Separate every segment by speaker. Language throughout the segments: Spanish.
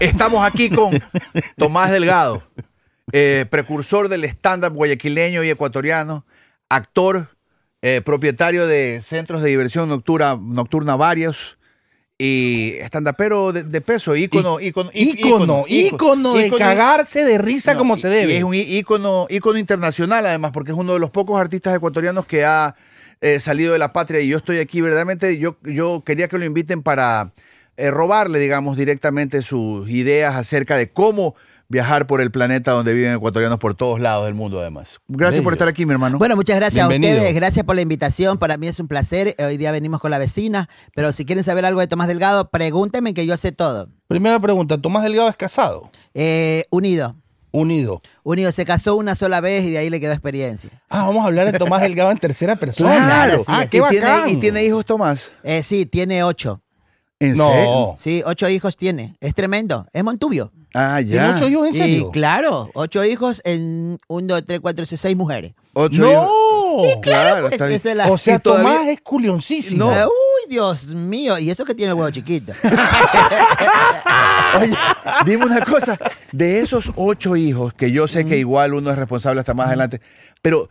Speaker 1: Estamos aquí con Tomás Delgado, eh, precursor del stand-up guayaquileño y ecuatoriano, actor, eh, propietario de centros de diversión nocturna, nocturna varios. Y stand-upero de, de peso, ícono, ícono, í-
Speaker 2: ícono, ícono de
Speaker 1: ícono-
Speaker 2: cagarse de risa
Speaker 1: no,
Speaker 2: como
Speaker 1: y-
Speaker 2: se
Speaker 1: y es
Speaker 2: debe.
Speaker 1: un í- ícono, ícono internacional, además, porque es uno de los pocos artistas ecuatorianos que ha eh, salido de la patria. Y yo estoy aquí, verdaderamente, yo, yo quería que lo inviten para eh, robarle, digamos, directamente sus ideas acerca de cómo viajar por el planeta donde viven ecuatorianos por todos lados del mundo, además. Gracias por
Speaker 3: Bello.
Speaker 1: estar aquí, mi hermano.
Speaker 4: Bueno, muchas gracias
Speaker 3: Bienvenido.
Speaker 4: a ustedes, gracias por la invitación, para mí es un placer, Eh, hoy día venimos con la vecina, pero si quieren saber algo de Tomás Delgado, pregúntenme que yo sé todo.
Speaker 2: Primera pregunta, Tomás Delgado es casado,
Speaker 4: Eh, unido,
Speaker 2: unido.
Speaker 4: unido, se casó una sola vez y de ahí le quedó experiencia.
Speaker 2: Ah, vamos a hablar de Tomás Delgado en tercera persona.
Speaker 4: Claro, sí,
Speaker 2: ah,
Speaker 1: ¿Y
Speaker 2: qué
Speaker 1: tiene-
Speaker 2: bacán.
Speaker 1: ¿Y tiene hijos, Tomás?
Speaker 4: Eh, sí, tiene ocho,
Speaker 1: ¿En serio?
Speaker 2: No.
Speaker 4: sí, ocho hijos tiene, es tremendo, es Montubio.
Speaker 1: Ah,
Speaker 2: ¿Tiene
Speaker 1: ya.
Speaker 2: ocho hijos en
Speaker 4: Y
Speaker 2: serio?
Speaker 4: claro, ocho hijos en un, dos, tres, cuatro, seis, seis mujeres.
Speaker 1: Ocho hijos.
Speaker 2: ¡No!
Speaker 1: Claro,
Speaker 4: Pues,
Speaker 1: está bien.
Speaker 4: esa es la-
Speaker 2: O sea,
Speaker 1: Y todavía-
Speaker 2: Tomás es culioncísimo.
Speaker 4: Eh, Uy, Dios mío, y eso que tiene el huevo chiquito.
Speaker 1: Oye, dime una cosa. De esos ocho hijos, que yo sé que igual uno es responsable hasta más adelante, pero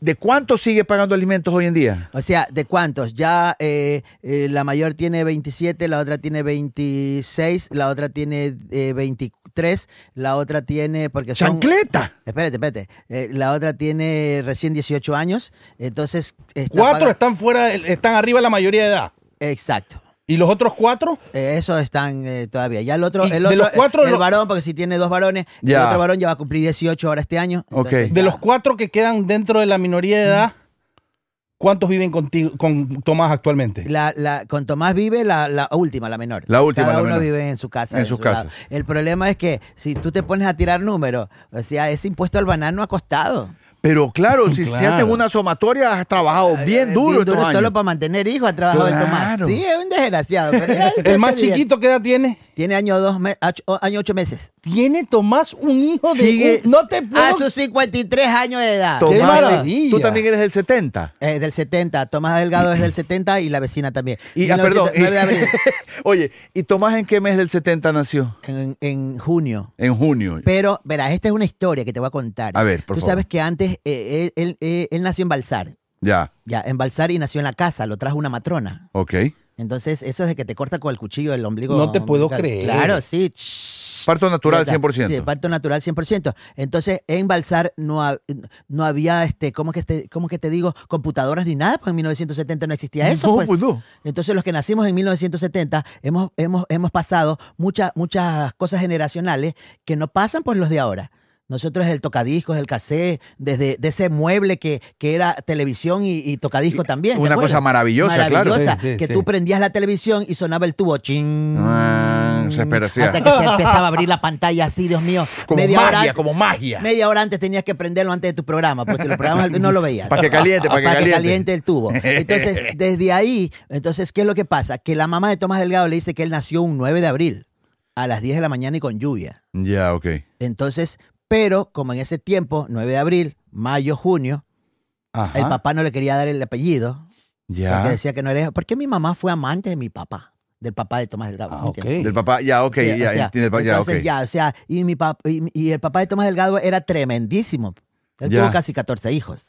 Speaker 1: ¿de cuánto sigue pagando alimentos hoy en día?
Speaker 4: O sea, ¿de cuántos? Ya eh, eh, la mayor tiene 27, la otra tiene 26, la otra tiene eh, 23, la otra tiene... porque son,
Speaker 1: ¡Chancleta!
Speaker 4: Espérate, espérate. Eh, la otra tiene recién 18 años, entonces... está
Speaker 2: Cuatro
Speaker 4: paga-
Speaker 2: están fuera, del- están arriba de la mayoría de edad.
Speaker 4: Exacto.
Speaker 2: ¿Y los otros cuatro?
Speaker 4: Eh, esos están eh, todavía. Ya el otro,
Speaker 2: Y
Speaker 4: el
Speaker 2: de
Speaker 4: otro
Speaker 2: los cuatro,
Speaker 4: el
Speaker 2: lo-
Speaker 4: varón, porque si tiene dos varones,
Speaker 1: Ya.
Speaker 4: el otro varón ya va a cumplir 18 ahora este año.
Speaker 1: Ok.
Speaker 4: entonces
Speaker 2: De
Speaker 4: ya.
Speaker 2: los cuatro que quedan dentro de la minoría de edad, ¿cuántos viven contigo, con Tomás actualmente?
Speaker 4: La, la- con Tomás vive la, la última, la menor.
Speaker 1: La última,
Speaker 4: Cada
Speaker 1: la
Speaker 4: uno
Speaker 1: menor.
Speaker 4: vive en su casa.
Speaker 1: En
Speaker 4: de
Speaker 1: sus
Speaker 4: su lado.
Speaker 1: casas.
Speaker 4: El problema es que si tú te pones a tirar números, o sea, ese impuesto al banano ha costado.
Speaker 1: Pero claro, si se
Speaker 2: Claro.
Speaker 1: hacen una somatoria, has trabajado bien duro estos años.
Speaker 4: Eh, solo para mantener hijos ha trabajado el Tomás.
Speaker 1: Claro.
Speaker 4: Sí, es un desgraciado. pero él se-
Speaker 2: ¿El más
Speaker 4: se divierte.
Speaker 2: chiquito qué edad tiene?
Speaker 4: Tiene año, dos me- ocho- o- año ocho meses.
Speaker 2: Tiene Tomás un hijo de...
Speaker 1: Sigue-
Speaker 2: un- no te
Speaker 4: A
Speaker 2: puedo...
Speaker 4: sus 53 años de edad.
Speaker 2: Qué
Speaker 1: Tomás,
Speaker 2: maravilla.
Speaker 1: tú también eres del 70.
Speaker 4: Eh, del 70. Tomás Delgado es del 70 y la vecina también.
Speaker 1: Y, ah, perdón.
Speaker 4: 1909 de abril.
Speaker 1: Oye, ¿y Tomás en qué mes del 70 nació?
Speaker 4: En- en junio.
Speaker 1: En junio.
Speaker 4: Pero, verás, esta es una historia que te voy a contar.
Speaker 1: A ver, por
Speaker 4: Tú
Speaker 1: favor.
Speaker 4: sabes que antes eh, él, él- eh, él nació en Balsar.
Speaker 1: Ya,
Speaker 4: Ya, en Balsar y nació en la casa, lo trajo una matrona.
Speaker 1: ok.
Speaker 4: Entonces, eso es de que te corta con el cuchillo el ombligo.
Speaker 2: No te puedo
Speaker 4: umbilical.
Speaker 2: creer.
Speaker 4: Claro, sí.
Speaker 1: Parto natural
Speaker 4: Neta,
Speaker 1: 100%.
Speaker 4: Sí, parto natural 100%. Entonces, en Balsar no, ha- no había, este, ¿cómo, que este, ¿cómo que te digo? Computadoras ni nada, pues en 1970 no existía eso.
Speaker 1: No,
Speaker 4: pues.
Speaker 1: pues no.
Speaker 4: Entonces, los que nacimos en 1970 hemos, hemos, hemos pasado muchas, muchas cosas generacionales que no pasan por los de ahora. Nosotros el tocadiscos, el cassette, desde de ese mueble que, que era televisión y, y tocadisco también. ¿te
Speaker 1: Una
Speaker 4: acuerdas?
Speaker 1: cosa maravillosa,
Speaker 4: Maravillosa,
Speaker 2: claro. Sí, sí,
Speaker 4: que
Speaker 2: sí.
Speaker 4: tú prendías la televisión y sonaba el tubo ching.
Speaker 1: Ah, se parecía.
Speaker 4: Hasta que se empezaba a abrir la pantalla así, Dios mío.
Speaker 1: Como
Speaker 4: media
Speaker 1: magia,
Speaker 4: hora,
Speaker 1: como magia.
Speaker 4: Media hora antes tenías que prenderlo antes de tu programa, porque si los programas no lo veías.
Speaker 1: Para que caliente, para que
Speaker 4: Para
Speaker 1: caliente.
Speaker 4: el tubo. Entonces, desde ahí, entonces, ¿qué es lo que pasa? Que la mamá de Tomás Delgado le dice que él nació un 9 de abril, a las 10 de la mañana y con lluvia.
Speaker 1: Ya, ok.
Speaker 4: Entonces, pero como en ese tiempo, 9 de abril, mayo, junio,
Speaker 1: Ajá.
Speaker 4: el papá no le quería dar el apellido, porque
Speaker 1: ya.
Speaker 4: decía que no era... Porque mi mamá fue amante de mi papá, del papá de Tomás Delgado. ¿sí
Speaker 2: Ah,
Speaker 4: me
Speaker 2: ok.
Speaker 4: entiendes?
Speaker 1: Del papá, ya, ok,
Speaker 4: O sea,
Speaker 1: ya,
Speaker 4: o sea,
Speaker 1: entiende el papá, ya, ok.
Speaker 4: entonces, ya, o sea, y, mi pap- y, y el papá de Tomás Delgado era tremendísimo. Él
Speaker 1: Ya.
Speaker 4: tuvo casi 14 hijos.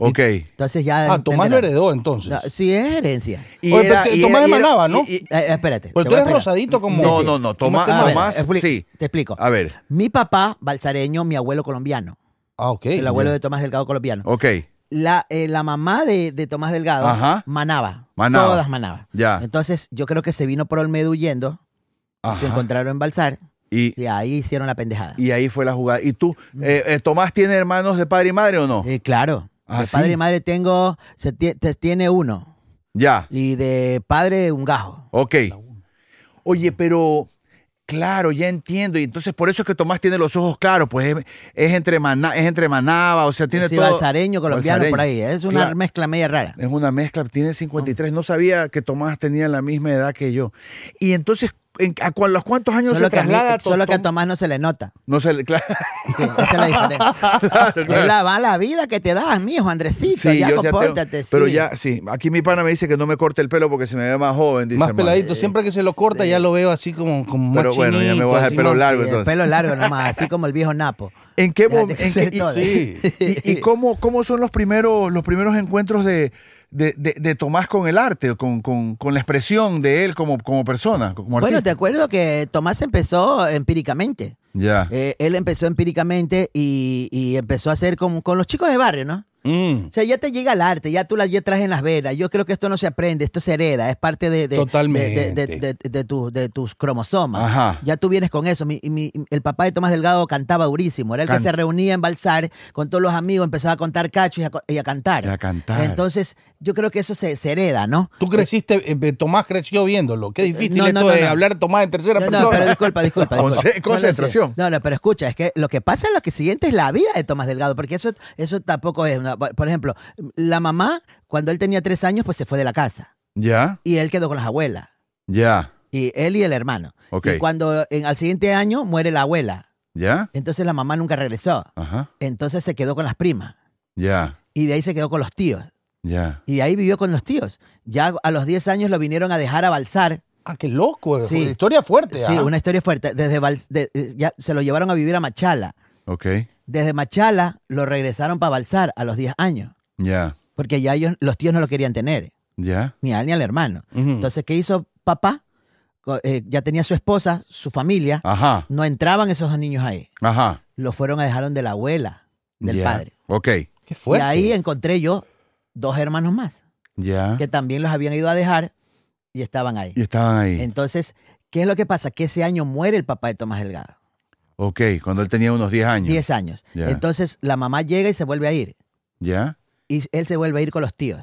Speaker 1: Ok.
Speaker 4: Entonces ya.
Speaker 2: Ah, Tomás lo
Speaker 4: entenderás.
Speaker 2: heredó entonces.
Speaker 4: No, sí, es herencia.
Speaker 2: Oye, pero te- Tomás emanaba, ¿no?
Speaker 1: y- y-
Speaker 4: Eh, espérate.
Speaker 2: Pero
Speaker 4: te
Speaker 2: Pues tú
Speaker 4: voy a
Speaker 2: eres
Speaker 4: explicar.
Speaker 2: rosadito como...
Speaker 1: No, no, no, Tomás-
Speaker 2: te
Speaker 4: A ver,
Speaker 2: emanaba.
Speaker 1: Tomás,
Speaker 4: expli-
Speaker 1: sí. Ah.
Speaker 4: Te explico.
Speaker 1: a ver,
Speaker 4: Mi papá, balsareño, mi abuelo colombiano.
Speaker 2: Ah, ok.
Speaker 4: El abuelo de Tomás Delgado colombiano.
Speaker 1: ok,
Speaker 4: La, eh, la mamá de, de Tomás Delgado,
Speaker 1: Ajá.
Speaker 4: Manaba.
Speaker 1: Manaba.
Speaker 4: Todas Manaba.
Speaker 1: ya.
Speaker 4: Entonces, yo creo que se vino por Olmedo huyendo. y
Speaker 1: Ajá.
Speaker 4: Se encontraron en Balsar
Speaker 1: Y,
Speaker 4: y ahí hicieron la pendejada.
Speaker 1: y ahí fue la jugada. ¿Y tú, eh, eh, Tomás tiene hermanos de padre y madre o no?
Speaker 4: Eh, claro.
Speaker 1: Ah,
Speaker 4: de
Speaker 1: ¿sí?
Speaker 4: padre y madre tengo, se tie- te- tiene uno.
Speaker 1: Ya,
Speaker 4: Y de padre un gajo.
Speaker 1: ok. Oye, pero, claro, ya entiendo. Y entonces por eso es que Tomás tiene los ojos claros, pues es, es entre, maná, es entre manaba, o sea, tiene
Speaker 4: Sí,
Speaker 1: todo...
Speaker 4: balsareño, colombiano, por ahí. Es una
Speaker 1: Claro.
Speaker 4: mezcla media rara.
Speaker 1: Es una mezcla, tiene 53. No sabía que Tomás tenía la misma edad que yo. Y entonces, en- a cu- los cuántos años
Speaker 4: Solo
Speaker 1: se
Speaker 4: que, a mí-
Speaker 1: traslada a
Speaker 4: solo que a
Speaker 1: Totón?
Speaker 4: Tomás no se le nota.
Speaker 1: No se le- claro,
Speaker 4: Sí, esa es la diferencia. Es la mala vida que te das, mijo, Andresito.
Speaker 1: sí,
Speaker 4: ya
Speaker 1: yo ya tengo-
Speaker 4: compórtate.
Speaker 1: Pero
Speaker 4: sí.
Speaker 1: ya, sí. Aquí mi pana me dice que no me corte el pelo porque se me ve más joven, dice
Speaker 2: Más
Speaker 1: hermano.
Speaker 2: peladito. Siempre que se lo corta
Speaker 4: Sí.
Speaker 2: ya lo veo así como, como
Speaker 1: Pero
Speaker 2: más
Speaker 1: bueno, ya me voy a dejar
Speaker 2: chinito,
Speaker 1: pelo
Speaker 2: así
Speaker 1: largo,
Speaker 4: Sí, el
Speaker 1: entonces.
Speaker 4: pelo largo nomás, así como el viejo Napo.
Speaker 1: ¿En qué
Speaker 4: Déjate
Speaker 1: momento?
Speaker 4: crecer
Speaker 1: y,
Speaker 4: todo.
Speaker 2: Sí.
Speaker 1: y- y cómo, cómo son los primeros, los primeros encuentros de, de- de- de Tomás con el arte, con, con- con la expresión de él como, como persona, como
Speaker 4: Bueno, te
Speaker 1: artista?
Speaker 4: acuerdo que Tomás empezó empíricamente.
Speaker 1: Ya.
Speaker 4: Eh, él empezó empíricamente y, y empezó a hacer con, con los chicos de barrio, ¿no?
Speaker 2: Mm,
Speaker 4: O sea, ya te llega el arte, ya tú la ya traes en las venas. Yo creo que esto no se aprende, esto se hereda, es parte de, de-
Speaker 2: Totalmente.
Speaker 4: de- de- de- de tu- de tus cromosomas.
Speaker 1: Ajá.
Speaker 4: Ya tú vienes con eso. Mi- y mi- el papá de Tomás Delgado cantaba durísimo. Era el
Speaker 1: Can-
Speaker 4: que se reunía en Balsar con todos los amigos, empezaba a contar cachos y a, co- y a cantar.
Speaker 1: Y a cantar.
Speaker 4: Entonces, yo creo que eso se, se hereda, ¿no?
Speaker 2: Tú creciste, eh, Tomás creció viéndolo. Qué difícil
Speaker 4: No, no,
Speaker 2: esto
Speaker 4: no,
Speaker 2: de
Speaker 4: no.
Speaker 2: hablar Tomás en tercera
Speaker 4: No,
Speaker 2: persona.
Speaker 4: no, pero disculpa, disculpa.
Speaker 1: Con-
Speaker 4: disculpa. No, no,
Speaker 1: concentración.
Speaker 4: sí. No, no, pero escucha, es que lo que pasa es lo que siguiente es la vida de Tomás Delgado, porque eso, eso tampoco es. una- por ejemplo, la mamá, cuando él tenía tres años, pues se fue de la casa
Speaker 1: Ya.
Speaker 4: y él quedó con las abuelas,
Speaker 1: Ya.
Speaker 4: y él y el hermano.
Speaker 1: Ok.
Speaker 4: Y cuando en- al siguiente año muere la abuela,
Speaker 1: Ya.
Speaker 4: entonces la mamá nunca regresó,
Speaker 1: Ajá.
Speaker 4: entonces se quedó con las primas
Speaker 1: Ya.
Speaker 4: y de ahí se quedó con los tíos.
Speaker 1: Ya.
Speaker 4: Y de ahí vivió con los tíos. Ya a los 10 años lo vinieron a dejar a Balsar.
Speaker 2: Ah, qué loco.
Speaker 4: Sí.
Speaker 2: Historia fuerte.
Speaker 4: Sí,
Speaker 2: ah.
Speaker 4: una historia fuerte. Desde Bal- de- eh, ya se lo llevaron a vivir a Machala.
Speaker 1: Ok.
Speaker 4: Desde Machala lo regresaron para Balsar a los 10 años,
Speaker 1: Ya.
Speaker 4: porque ya ellos, los tíos no lo querían tener,
Speaker 1: Ya.
Speaker 4: ni a él ni al hermano.
Speaker 2: Ujú.
Speaker 4: Entonces, ¿qué hizo papá? Co- eh, ya tenía su esposa, su familia,
Speaker 1: Ajá.
Speaker 4: no entraban esos dos niños ahí.
Speaker 1: Ajá.
Speaker 4: Los fueron a dejar de la abuela, del
Speaker 1: Ya.
Speaker 4: padre.
Speaker 1: Ok.
Speaker 2: qué fuerte.
Speaker 4: Y ahí encontré yo dos hermanos más,
Speaker 1: Ya.
Speaker 4: que también los habían ido a dejar y estaban ahí.
Speaker 1: Y estaban ahí.
Speaker 4: Entonces, ¿qué es lo que pasa? Que ese año muere el papá de Tomás Delgado.
Speaker 1: ok. Cuando él tenía unos 10 años.
Speaker 4: 10 años.
Speaker 1: Ya.
Speaker 4: Entonces, la mamá llega y se vuelve a ir.
Speaker 1: Ya.
Speaker 4: Y él se vuelve a ir con los tíos.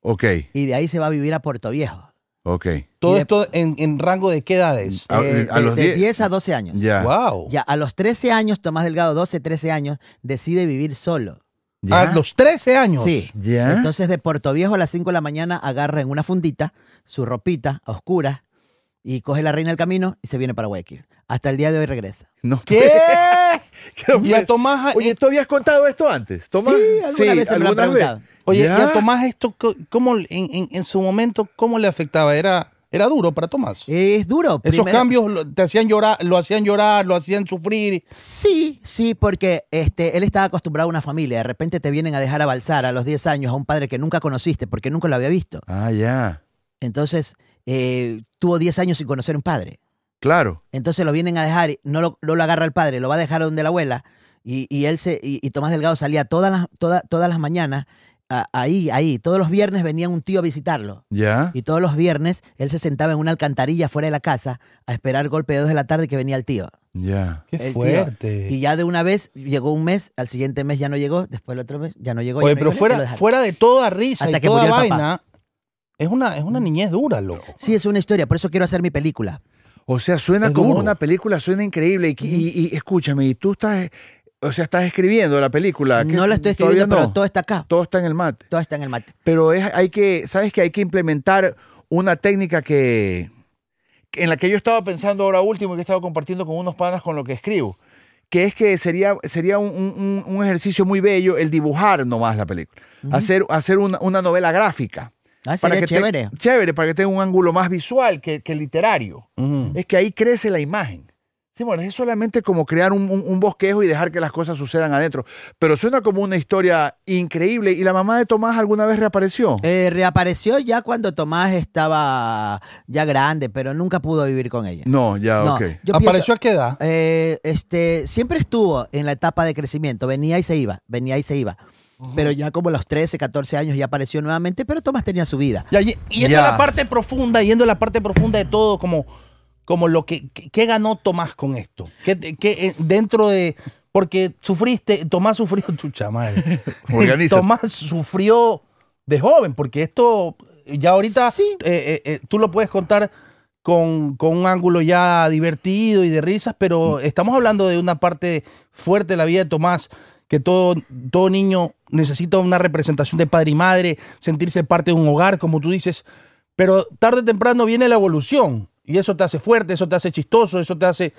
Speaker 1: Ok.
Speaker 4: Y de ahí se va a vivir a Puerto Viejo.
Speaker 1: Ok.
Speaker 2: Todo
Speaker 4: y de-
Speaker 2: esto en, en rango de qué edades.
Speaker 1: A-
Speaker 4: Eh,
Speaker 1: a
Speaker 4: de,
Speaker 1: los
Speaker 4: de
Speaker 1: 10.
Speaker 4: 10 a 12 años.
Speaker 1: Ya.
Speaker 2: Wow.
Speaker 4: Ya, a los 13 años, Tomás Delgado, 12, 13 años, decide vivir solo.
Speaker 1: Ya.
Speaker 2: A los 13 años.
Speaker 4: Sí.
Speaker 1: Ya.
Speaker 2: ¿Eh?
Speaker 4: Entonces, de Puerto Viejo a las 5 de la mañana, agarra en una fundita su ropita a oscura y coge la reina del camino y se viene para Guayaquil. Hasta el día de hoy regresa.
Speaker 1: No
Speaker 2: ¿Qué?
Speaker 1: puede-
Speaker 2: y a Tomás,
Speaker 1: Oye,
Speaker 2: oye,
Speaker 1: ¿tú habías contado esto antes? Tomás?
Speaker 4: Sí, alguna vez se me
Speaker 1: alguna
Speaker 4: lo han
Speaker 1: vez.
Speaker 4: preguntado.
Speaker 2: oye,
Speaker 1: Ya.
Speaker 2: y a Tomás esto, co- ¿cómo en, en- en su momento, cómo le afectaba? Era, era duro para Tomás.
Speaker 4: Es duro.
Speaker 2: Esos
Speaker 4: Eh, Primero-
Speaker 2: cambios lo- te hacían llorar, lo hacían llorar, lo hacían sufrir.
Speaker 4: Sí, sí, porque este, él estaba acostumbrado a una familia. De repente te vienen a dejar a balsar a los 10 años a un padre que nunca conociste porque nunca lo había visto.
Speaker 1: Ah, ya.
Speaker 4: Entonces, eh, tuvo 10 años sin conocer un padre.
Speaker 1: Claro.
Speaker 4: Entonces lo vienen a dejar, y no lo, no lo agarra el padre, lo va a dejar donde la abuela. Y, y él se, y, y Tomás Delgado salía todas las, toda- todas las mañanas, a- ahí, ahí. Todos los viernes venía un tío a visitarlo.
Speaker 1: Ya.
Speaker 4: Y todos los viernes él se sentaba en una alcantarilla fuera de la casa a esperar golpe de dos de la tarde que venía el tío.
Speaker 1: Ya.
Speaker 2: Qué
Speaker 4: El tío.
Speaker 2: fuerte.
Speaker 4: Y ya de una vez llegó un mes, al siguiente mes ya no llegó, después el otro mes ya no llegó. ya
Speaker 2: Oye,
Speaker 4: no
Speaker 2: pero
Speaker 4: llegó, y lo
Speaker 2: fuera,
Speaker 4: dejaron.
Speaker 2: fuera de toda risa
Speaker 4: Hasta
Speaker 2: y
Speaker 4: que
Speaker 2: toda
Speaker 4: murió el papá. Mm.
Speaker 2: vaina, es una, es una niñez dura, loco.
Speaker 4: Sí, es una historia, por eso quiero hacer mi película.
Speaker 1: O sea, suena
Speaker 2: Es
Speaker 1: como
Speaker 2: duro.
Speaker 1: una película, suena increíble. Y, que- y- y escúchame, y tú estás, o sea, estás escribiendo la película. ¿Qué-
Speaker 4: No la estoy
Speaker 1: todavía
Speaker 4: escribiendo, pero
Speaker 1: no?
Speaker 4: todo está acá,
Speaker 1: Todo está en el mate.
Speaker 4: todo está en el mate.
Speaker 1: Pero es, hay que, sabes que hay que implementar una técnica que, que- en la que yo estaba pensando ahora último y que he estado compartiendo con unos panas con lo que escribo, que es que sería, sería un, un- un- un ejercicio muy bello el dibujar nomás la película,
Speaker 4: Ujú.
Speaker 1: hacer, hacer una, una novela gráfica.
Speaker 4: Ah, sería
Speaker 1: que te-
Speaker 4: chévere.
Speaker 1: chévere, para que tenga un ángulo más visual que, que literario.
Speaker 2: Mm.
Speaker 4: Eh,
Speaker 1: Es que ahí crece la imagen. Sí, bueno, es solamente como crear un, un- un bosquejo y dejar que las cosas sucedan adentro. Pero suena como una historia increíble. ¿Y la mamá de Tomás alguna vez reapareció?
Speaker 4: Eh, reapareció ya cuando Tomás estaba ya grande, pero nunca pudo vivir con ella.
Speaker 1: No, ya,
Speaker 4: No,
Speaker 1: ok.
Speaker 4: yo pienso-
Speaker 2: ¿Apareció a qué edad?
Speaker 4: eh, este, siempre estuvo en la etapa de crecimiento, venía y se iba, venía y se iba. Pero ya como a los 13, 14 años ya apareció nuevamente, pero Tomás tenía su vida.
Speaker 2: Ya, y- yendo
Speaker 1: Ya.
Speaker 2: a la parte profunda, yendo a la parte profunda de todo, como, como lo que, que- ¿qué ganó Tomás con esto? ¿Qué, te- qué, eh, dentro de, porque sufriste, Tomás sufrió, chucha madre.
Speaker 1: Organízate.
Speaker 2: Tomás sufrió de joven, porque esto, ya ahorita,
Speaker 4: Sí.
Speaker 2: eh, eh, eh, tú lo puedes contar con, con un ángulo ya divertido y de risas, pero
Speaker 4: Mm.
Speaker 2: estamos hablando de una parte fuerte de la vida de Tomás, que todo, todo niño necesita una representación de padre y madre, sentirse parte de un hogar, como tú dices, pero tarde o temprano viene la evolución. Y eso te hace fuerte, eso te hace chistoso, eso te hace...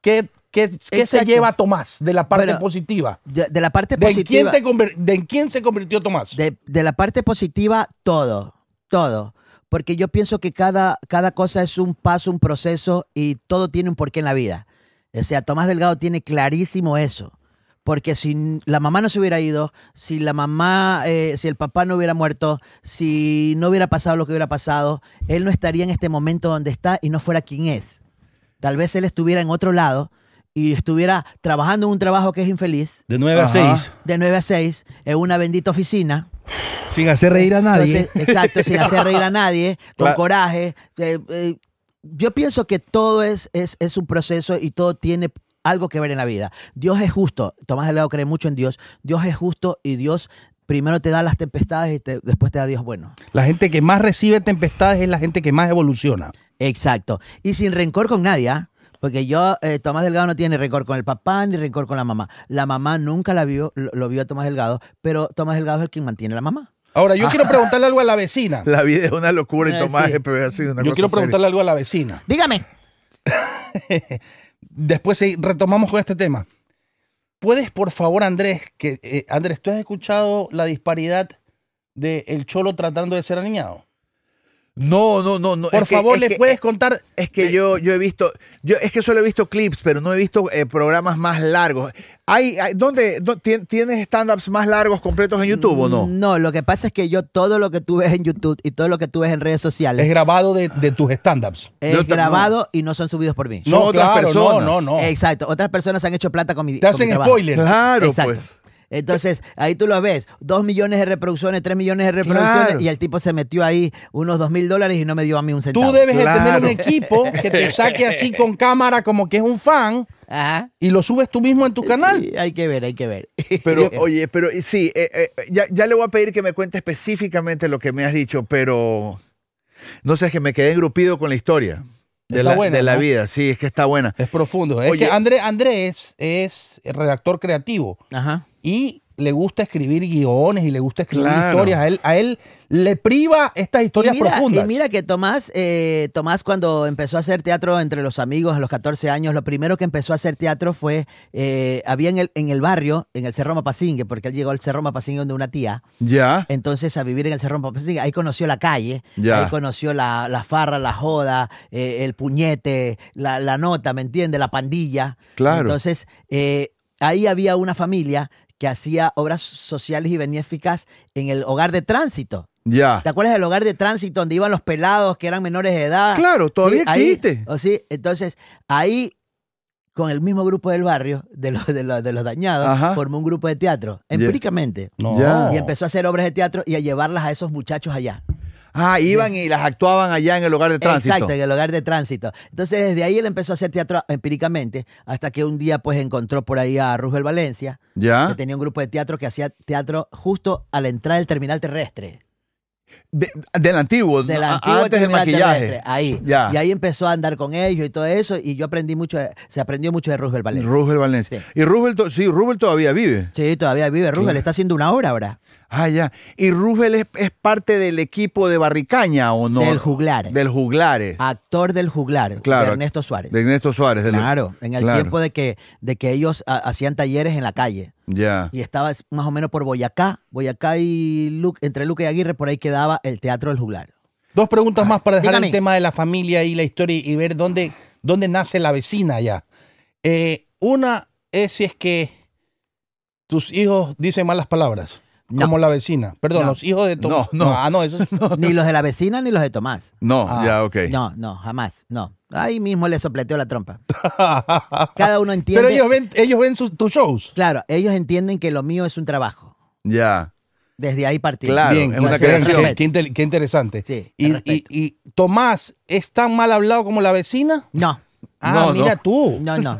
Speaker 2: ¿Qué, qué, qué se
Speaker 4: Exacto.
Speaker 2: lleva Tomás de la parte
Speaker 4: Bueno,
Speaker 2: positiva?
Speaker 4: De, de la parte
Speaker 2: ¿De en, quién
Speaker 4: positiva.
Speaker 2: te conver- de en quién se convirtió Tomás?
Speaker 4: De, de la parte positiva, todo, todo. Porque yo pienso que cada, cada cosa es un paso, un proceso y todo tiene un porqué en la vida. O sea, Tomás Delgado tiene clarísimo eso. Porque si n- la mamá no se hubiera ido, si la mamá, eh, si el papá no hubiera muerto, si no hubiera pasado lo que hubiera pasado, él no estaría en este momento donde está y no fuera quien es. Tal vez él estuviera en otro lado y estuviera trabajando en un trabajo que es infeliz,
Speaker 3: De 9 a
Speaker 2: Ajá.
Speaker 3: 6,
Speaker 4: de 9 a 6, en una bendita oficina.
Speaker 3: sin hacer reír a nadie.
Speaker 4: Entonces, exacto, sin hacer reír a nadie, con
Speaker 1: Claro.
Speaker 4: coraje. Eh, eh, yo pienso que todo es, es, es un proceso y todo tiene algo que ver en la vida. Dios es justo. Tomás Delgado cree mucho en Dios. Dios es justo y Dios primero te da las tempestades y te- después te da Dios bueno.
Speaker 2: La gente que más recibe tempestades es la gente que más evoluciona.
Speaker 4: Exacto. Y sin rencor con nadie, ¿ah? Porque yo, eh, Tomás Delgado no tiene rencor con el papá ni rencor con la mamá. La mamá nunca la vio, lo, lo vio a Tomás Delgado, pero Tomás Delgado es el quien mantiene a la mamá.
Speaker 2: Ahora,
Speaker 1: Ah.
Speaker 2: yo quiero preguntarle algo a la vecina.
Speaker 1: La vida es una locura y
Speaker 4: Eh,
Speaker 1: Tomás
Speaker 4: sí.
Speaker 1: es pe- ha sido una
Speaker 2: Yo
Speaker 1: cosa
Speaker 2: quiero
Speaker 1: seria.
Speaker 2: preguntarle algo a la vecina.
Speaker 4: Dígame.
Speaker 2: Después sí, retomamos con este tema. ¿Puedes, por favor, Andrés, que eh, Andrés, ¿tú has escuchado la disparidad de el cholo tratando de ser alineado?
Speaker 1: No, no, no, no.
Speaker 2: Por
Speaker 1: es que-
Speaker 2: favor,
Speaker 1: es
Speaker 2: ¿le
Speaker 1: que- eh,
Speaker 2: puedes contar?
Speaker 1: Es que yo, yo he visto, yo es que solo he visto clips, pero no he visto eh, programas más largos. Hay, hay- ¿dónde, dó- tien- tienes stand-ups más largos completos en YouTube o no?
Speaker 4: Mm, No, lo que pasa es que yo todo lo que tú ves en YouTube y todo lo que tú ves en redes
Speaker 2: Es
Speaker 4: sociales
Speaker 2: grabado de, de tus stand-ups.
Speaker 4: es,
Speaker 1: yo te-
Speaker 4: grabado y no son subidos por mí.
Speaker 1: Son otras personas.
Speaker 2: No, no, no.
Speaker 4: Exacto, otras personas han hecho plata con mi
Speaker 2: Te
Speaker 4: con mi
Speaker 2: hacen
Speaker 4: trabajo.
Speaker 2: spoiler.
Speaker 1: Claro,
Speaker 4: Exacto.
Speaker 1: pues.
Speaker 4: Entonces, ahí tú lo ves, dos millones de reproducciones, tres millones de reproducciones,
Speaker 1: Claro.
Speaker 4: y el tipo se metió ahí unos dos mil dólares y no me dio a mí un centavo.
Speaker 2: Tú debes de tener
Speaker 1: Claro.
Speaker 2: un equipo que te saque así con cámara como que es un fan
Speaker 4: Ajá.
Speaker 2: y lo subes tú mismo en tu canal.
Speaker 4: Sí, hay que ver, hay que ver.
Speaker 1: Pero, oye, pero eh, sí, eh, eh, ya, ya le voy a pedir que me cuente específicamente lo que me has dicho, pero no sé, es que me quedé engrupido con la historia de
Speaker 2: Está
Speaker 1: la,
Speaker 2: buena,
Speaker 1: de la
Speaker 2: ¿no?
Speaker 1: vida. Sí, es que está buena.
Speaker 2: Es profundo. Es
Speaker 1: Oye.
Speaker 2: que Andrés, Andrés es redactor creativo.
Speaker 4: Ajá.
Speaker 2: y le gusta escribir guiones y le gusta escribir
Speaker 1: Claro.
Speaker 2: historias. A él, a él le priva estas historias
Speaker 4: y mira,
Speaker 2: profundas.
Speaker 4: y mira que Tomás, eh, Tomás cuando empezó a hacer teatro entre los amigos a los 14 años, lo primero que empezó a hacer teatro fue, eh, había en el, en el barrio, en el Cerro Mapasingue, porque él llegó al Cerro Mapasingue donde una tía,
Speaker 1: Ya.
Speaker 4: entonces a vivir en el Cerro Mapasingue, ahí conoció la calle,
Speaker 1: Ya.
Speaker 4: ahí conoció la, la farra, la joda, eh, el puñete, la, la nota, ¿me entiendes? La pandilla.
Speaker 1: Claro.
Speaker 4: Entonces, eh, ahí había una familia que hacía obras sociales y benéficas en el hogar de tránsito.
Speaker 1: Ya.
Speaker 4: ¿Te acuerdas del hogar de tránsito donde iban los pelados que eran menores de edad?
Speaker 1: Claro, todavía
Speaker 4: Sí, ahí-
Speaker 1: existe.
Speaker 4: o sí, entonces ahí con el mismo grupo del barrio, de los, de los, de los dañados,
Speaker 1: Ajá.
Speaker 4: formó un grupo de teatro,
Speaker 1: Ya.
Speaker 4: empíricamente.
Speaker 2: No.
Speaker 1: Ya.
Speaker 4: Y empezó a hacer obras de teatro y a llevarlas a esos muchachos allá.
Speaker 1: Ah, iban y las actuaban allá en el hogar de tránsito.
Speaker 4: Exacto, en el hogar de tránsito. Entonces, desde ahí él empezó a hacer teatro empíricamente, hasta que un día pues encontró por ahí a Rugel Valencia, que
Speaker 1: Ya.
Speaker 4: tenía un grupo de teatro que hacía teatro justo a la entrada del terminal terrestre.
Speaker 1: De- del antiguo,
Speaker 4: del
Speaker 1: a-
Speaker 4: antiguo
Speaker 1: antes del
Speaker 4: terminal
Speaker 1: maquillaje.
Speaker 4: terrestre, ahí.
Speaker 1: Ya.
Speaker 4: Y ahí empezó a andar con ellos y todo eso, y yo aprendí mucho, de- se aprendió mucho de Rugel Valencia.
Speaker 1: Rubel Ah, Valencia.
Speaker 4: Sí.
Speaker 1: Y Rubel, to- sí, Rubel todavía vive.
Speaker 4: sí, todavía vive Rugel, está haciendo una obra ahora,
Speaker 1: Ah, ya. Y Rubel es, es parte del equipo de Barricaña, ¿o no?
Speaker 4: del juglar,
Speaker 1: Del Ah, Juglares.
Speaker 4: actor del juglar,
Speaker 1: Claro.
Speaker 4: de Ernesto Suárez.
Speaker 1: De Ernesto Suárez. del-
Speaker 4: Claro, en el
Speaker 1: Claro.
Speaker 4: tiempo de que, de que ellos ah, hacían talleres en la calle.
Speaker 1: Ya.
Speaker 4: y estaba es- más o menos por Boyacá, Boyacá y Luque- entre Luque y Aguirre, por ahí quedaba el Teatro del Juglar.
Speaker 2: Dos preguntas más para dejar
Speaker 4: Dígame.
Speaker 2: el tema de la familia y la historia y ver dónde, dónde nace la vecina ya. Eh, una es si es que tus hijos dicen malas palabras.
Speaker 4: No.
Speaker 2: Como la vecina. Perdón,
Speaker 4: No.
Speaker 2: los hijos de Tomás.
Speaker 1: No, no.
Speaker 2: Ah, no, eso es-
Speaker 4: Ni los de la vecina ni los de Tomás.
Speaker 1: No,
Speaker 2: Ah,
Speaker 1: ya, ok.
Speaker 4: No, no, jamás, no. Ahí mismo le sopleteó la trompa. Cada uno entiende.
Speaker 2: Pero ellos ven, ellos ven sus- tus shows.
Speaker 4: Claro, ellos entienden que lo mío es un trabajo.
Speaker 1: Ya.
Speaker 4: Desde ahí partimos.
Speaker 1: Claro, es una
Speaker 4: Entonces,
Speaker 2: bien,
Speaker 1: creación.
Speaker 2: Qué, qué inter- qué interesante.
Speaker 4: Sí,
Speaker 2: y,
Speaker 4: al respecto.
Speaker 2: y- y Tomás, ¿es tan mal hablado como la vecina?
Speaker 4: No,
Speaker 2: Ah,
Speaker 1: No,
Speaker 2: mira
Speaker 1: no.
Speaker 2: tú.
Speaker 4: no, no,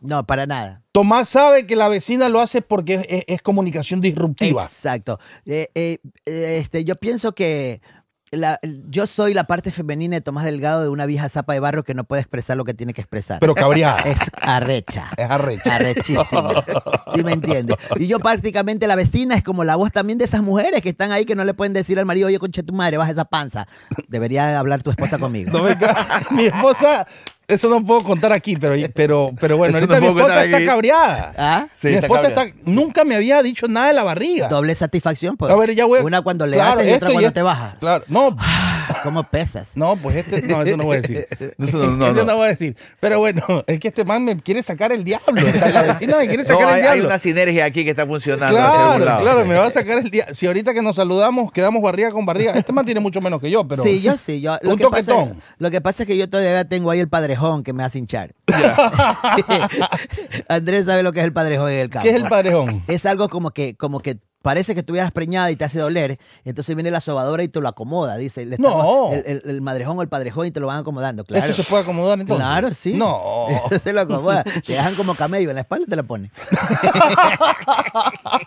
Speaker 4: no, para nada.
Speaker 2: Tomás sabe que la vecina lo hace porque es, es- es comunicación disruptiva.
Speaker 4: Exacto. Eh, eh, eh, este, yo pienso que la- yo soy la parte femenina de Tomás Delgado de una vieja zapa de barro que no puede expresar lo que tiene que expresar.
Speaker 2: Pero cabreada.
Speaker 4: es arrecha.
Speaker 2: es arrecha.
Speaker 4: Arrechísima. ¿Sí me entiendes? Y yo prácticamente la vecina es como la voz también de esas mujeres que están ahí que no le pueden decir al marido, oye, conche tu madre, baja esa panza. Debería hablar tu esposa conmigo.
Speaker 2: No me ca- mi esposa, eso no puedo contar aquí, pero, pero, pero bueno,
Speaker 1: Eso no
Speaker 2: ahorita mi
Speaker 1: puedo
Speaker 2: esposa
Speaker 1: contar
Speaker 2: está
Speaker 1: aquí.
Speaker 2: cabreada.
Speaker 4: ¿Ah?
Speaker 1: Sí,
Speaker 2: mi
Speaker 1: está
Speaker 2: esposa
Speaker 1: cabreada.
Speaker 2: está, nunca me había dicho nada de la barriga.
Speaker 4: Doble satisfacción, pues.
Speaker 2: A ver, ya voy a-
Speaker 4: Una cuando le
Speaker 2: Claro,
Speaker 4: haces y otra
Speaker 2: esto
Speaker 4: cuando
Speaker 2: ya-
Speaker 4: te bajas.
Speaker 2: Claro, no,
Speaker 4: ¿Cómo pesas?
Speaker 2: no, pues este, no, eso no voy a decir.
Speaker 1: No, eso no- no,
Speaker 2: Eso
Speaker 1: no.
Speaker 2: no voy a decir. Pero bueno, es que este man me quiere sacar el diablo. La vecina me quiere
Speaker 1: No,
Speaker 2: sacar el
Speaker 1: hay, hay
Speaker 2: diablo.
Speaker 1: una sinergia aquí que está funcionando. hacia
Speaker 2: Claro,
Speaker 1: algún lado.
Speaker 2: claro, me va a sacar el diablo. Si ahorita que nos saludamos, quedamos barriga con barriga. Este man tiene mucho menos que yo, pero.
Speaker 4: sí, yo sí. Yo, lo,
Speaker 2: Un
Speaker 4: que pasa,
Speaker 2: toquetón.
Speaker 4: lo que pasa es que yo todavía tengo ahí el padrejón que me hace hinchar. Andrés sabe lo que es el padrejón en el campo.
Speaker 2: ¿Qué es el padrejón?
Speaker 4: Es algo como que, como que parece que estuvieras preñada y te hace doler. Entonces viene la sobadora y te lo acomoda, dice. le estamos-
Speaker 2: No.
Speaker 4: El, el- el madrejón o el padrejón y te lo van acomodando, claro.
Speaker 2: ¿Esto Este se puede acomodar entonces?
Speaker 4: Claro, sí.
Speaker 2: No.
Speaker 4: te lo acomoda. Te dejan como camello en la espalda te la pone.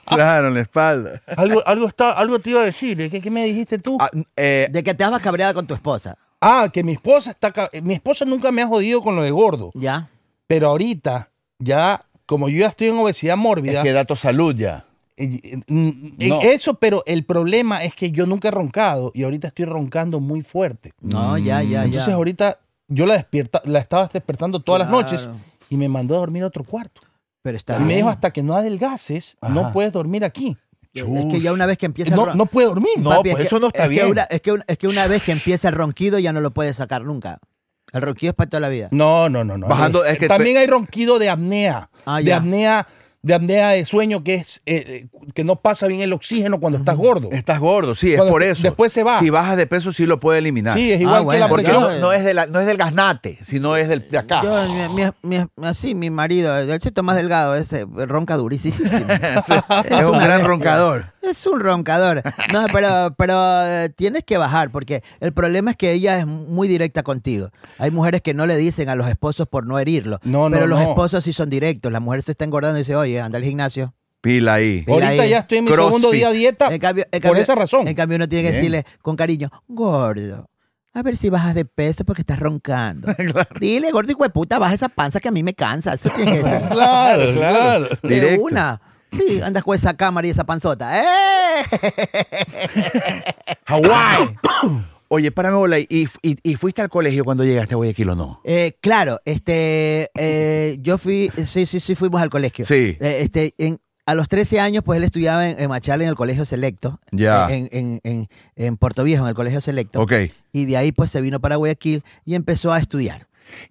Speaker 1: Claro, en la espalda.
Speaker 2: Algo, algo, está, algo te iba a decir. ¿eh? ¿Qué, qué me dijiste tú?
Speaker 1: Ah, eh,
Speaker 4: De que te vas cabreada con tu esposa.
Speaker 2: Ah, que mi esposa está. ca- Mi esposa nunca me ha jodido con lo de gordo.
Speaker 4: ¿Ya?
Speaker 2: Pero ahorita, ya, como yo ya estoy en obesidad mórbida.
Speaker 1: es que dato salud ya.
Speaker 2: eh, eh, mm, eh,
Speaker 1: No.
Speaker 2: Eso, pero el problema es que yo nunca he roncado y ahorita estoy roncando muy fuerte.
Speaker 4: No, ya, ya, ya.
Speaker 2: Entonces ahorita yo la despierta, la estaba despertando todas
Speaker 4: Claro.
Speaker 2: las noches y me mandó a dormir a otro cuarto.
Speaker 4: Pero está
Speaker 2: Y me
Speaker 4: bien.
Speaker 2: dijo hasta que no adelgaces, no
Speaker 1: Ajá.
Speaker 2: puedes dormir aquí.
Speaker 4: Es que ya una vez que empieza el
Speaker 2: No,
Speaker 4: ron-
Speaker 2: no puede dormir.
Speaker 1: No, pues
Speaker 4: Papi, es que-
Speaker 1: eso no está
Speaker 4: es que
Speaker 1: bien.
Speaker 4: una- es, que un- es que una vez que empieza el ronquido ya no lo puedes sacar nunca. El ronquido es para toda la vida.
Speaker 2: No, no, no, no.
Speaker 1: Bajando, es que-
Speaker 2: También hay ronquido de apnea.
Speaker 4: Ah,
Speaker 2: de
Speaker 4: ya.
Speaker 2: apnea, de apnea de sueño que es eh, eh, que no pasa bien el oxígeno cuando estás gordo.
Speaker 4: Este,
Speaker 1: Estás gordo, sí, es
Speaker 2: Cuando
Speaker 1: por eso.
Speaker 2: después se va.
Speaker 1: Si bajas de peso, sí lo puede eliminar.
Speaker 2: Sí, es
Speaker 4: Ah,
Speaker 2: igual que
Speaker 4: bueno,
Speaker 2: la
Speaker 1: Porque
Speaker 4: yo-
Speaker 2: presión.
Speaker 1: no, no es de la- no es del gaznate, sino es del, de acá.
Speaker 4: Yo, mi, mi- mi- así, mi marido, el chito más delgado, ese ronca durísimo.
Speaker 1: es, un
Speaker 4: una
Speaker 1: gran
Speaker 4: bestia.
Speaker 1: roncador.
Speaker 4: Es un roncador. No, pero, pero eh, tienes que bajar, porque el problema es que ella es muy directa contigo. Hay mujeres que no le dicen a los esposos por no herirlo.
Speaker 2: No, no,
Speaker 4: pero los
Speaker 2: no.
Speaker 4: esposos sí son directos. La mujer se está engordando y dice, oye, anda al gimnasio.
Speaker 1: Pila ahí.
Speaker 4: Oh,
Speaker 2: Ahorita
Speaker 4: ahí. Eh,
Speaker 2: ya estoy en mi
Speaker 1: Crossfit.
Speaker 2: segundo día de dieta
Speaker 4: En cambio- en
Speaker 2: por
Speaker 4: cambio-
Speaker 2: esa razón.
Speaker 4: En cambio, uno tiene que
Speaker 1: Bien.
Speaker 4: decirle con cariño, gordo, a ver si bajas de peso porque estás roncando. Dile, gordo hijo de puta, baja esa panza que a mí me cansa. Eso tiene que decir.
Speaker 2: Claro, claro.
Speaker 4: De
Speaker 1: Directo.
Speaker 4: una. Sí, andas con esa cámara y esa panzota. ¡Eh!
Speaker 1: Hawái. Oye, párame bola. ¿Y, y, y fuiste al colegio cuando llegaste a Guayaquil o no?
Speaker 4: Eh, claro, este, eh, yo fui, sí, sí, sí, fuimos al colegio.
Speaker 1: Sí.
Speaker 4: Eh, este, en- a los 13 años, pues él estudiaba en, en Machala en el colegio selecto. Eh,
Speaker 1: Ya.
Speaker 4: En, en, en, en Puerto Viejo, en el colegio selecto.
Speaker 1: Ok.
Speaker 4: Y de ahí, pues se vino para Guayaquil y empezó a estudiar.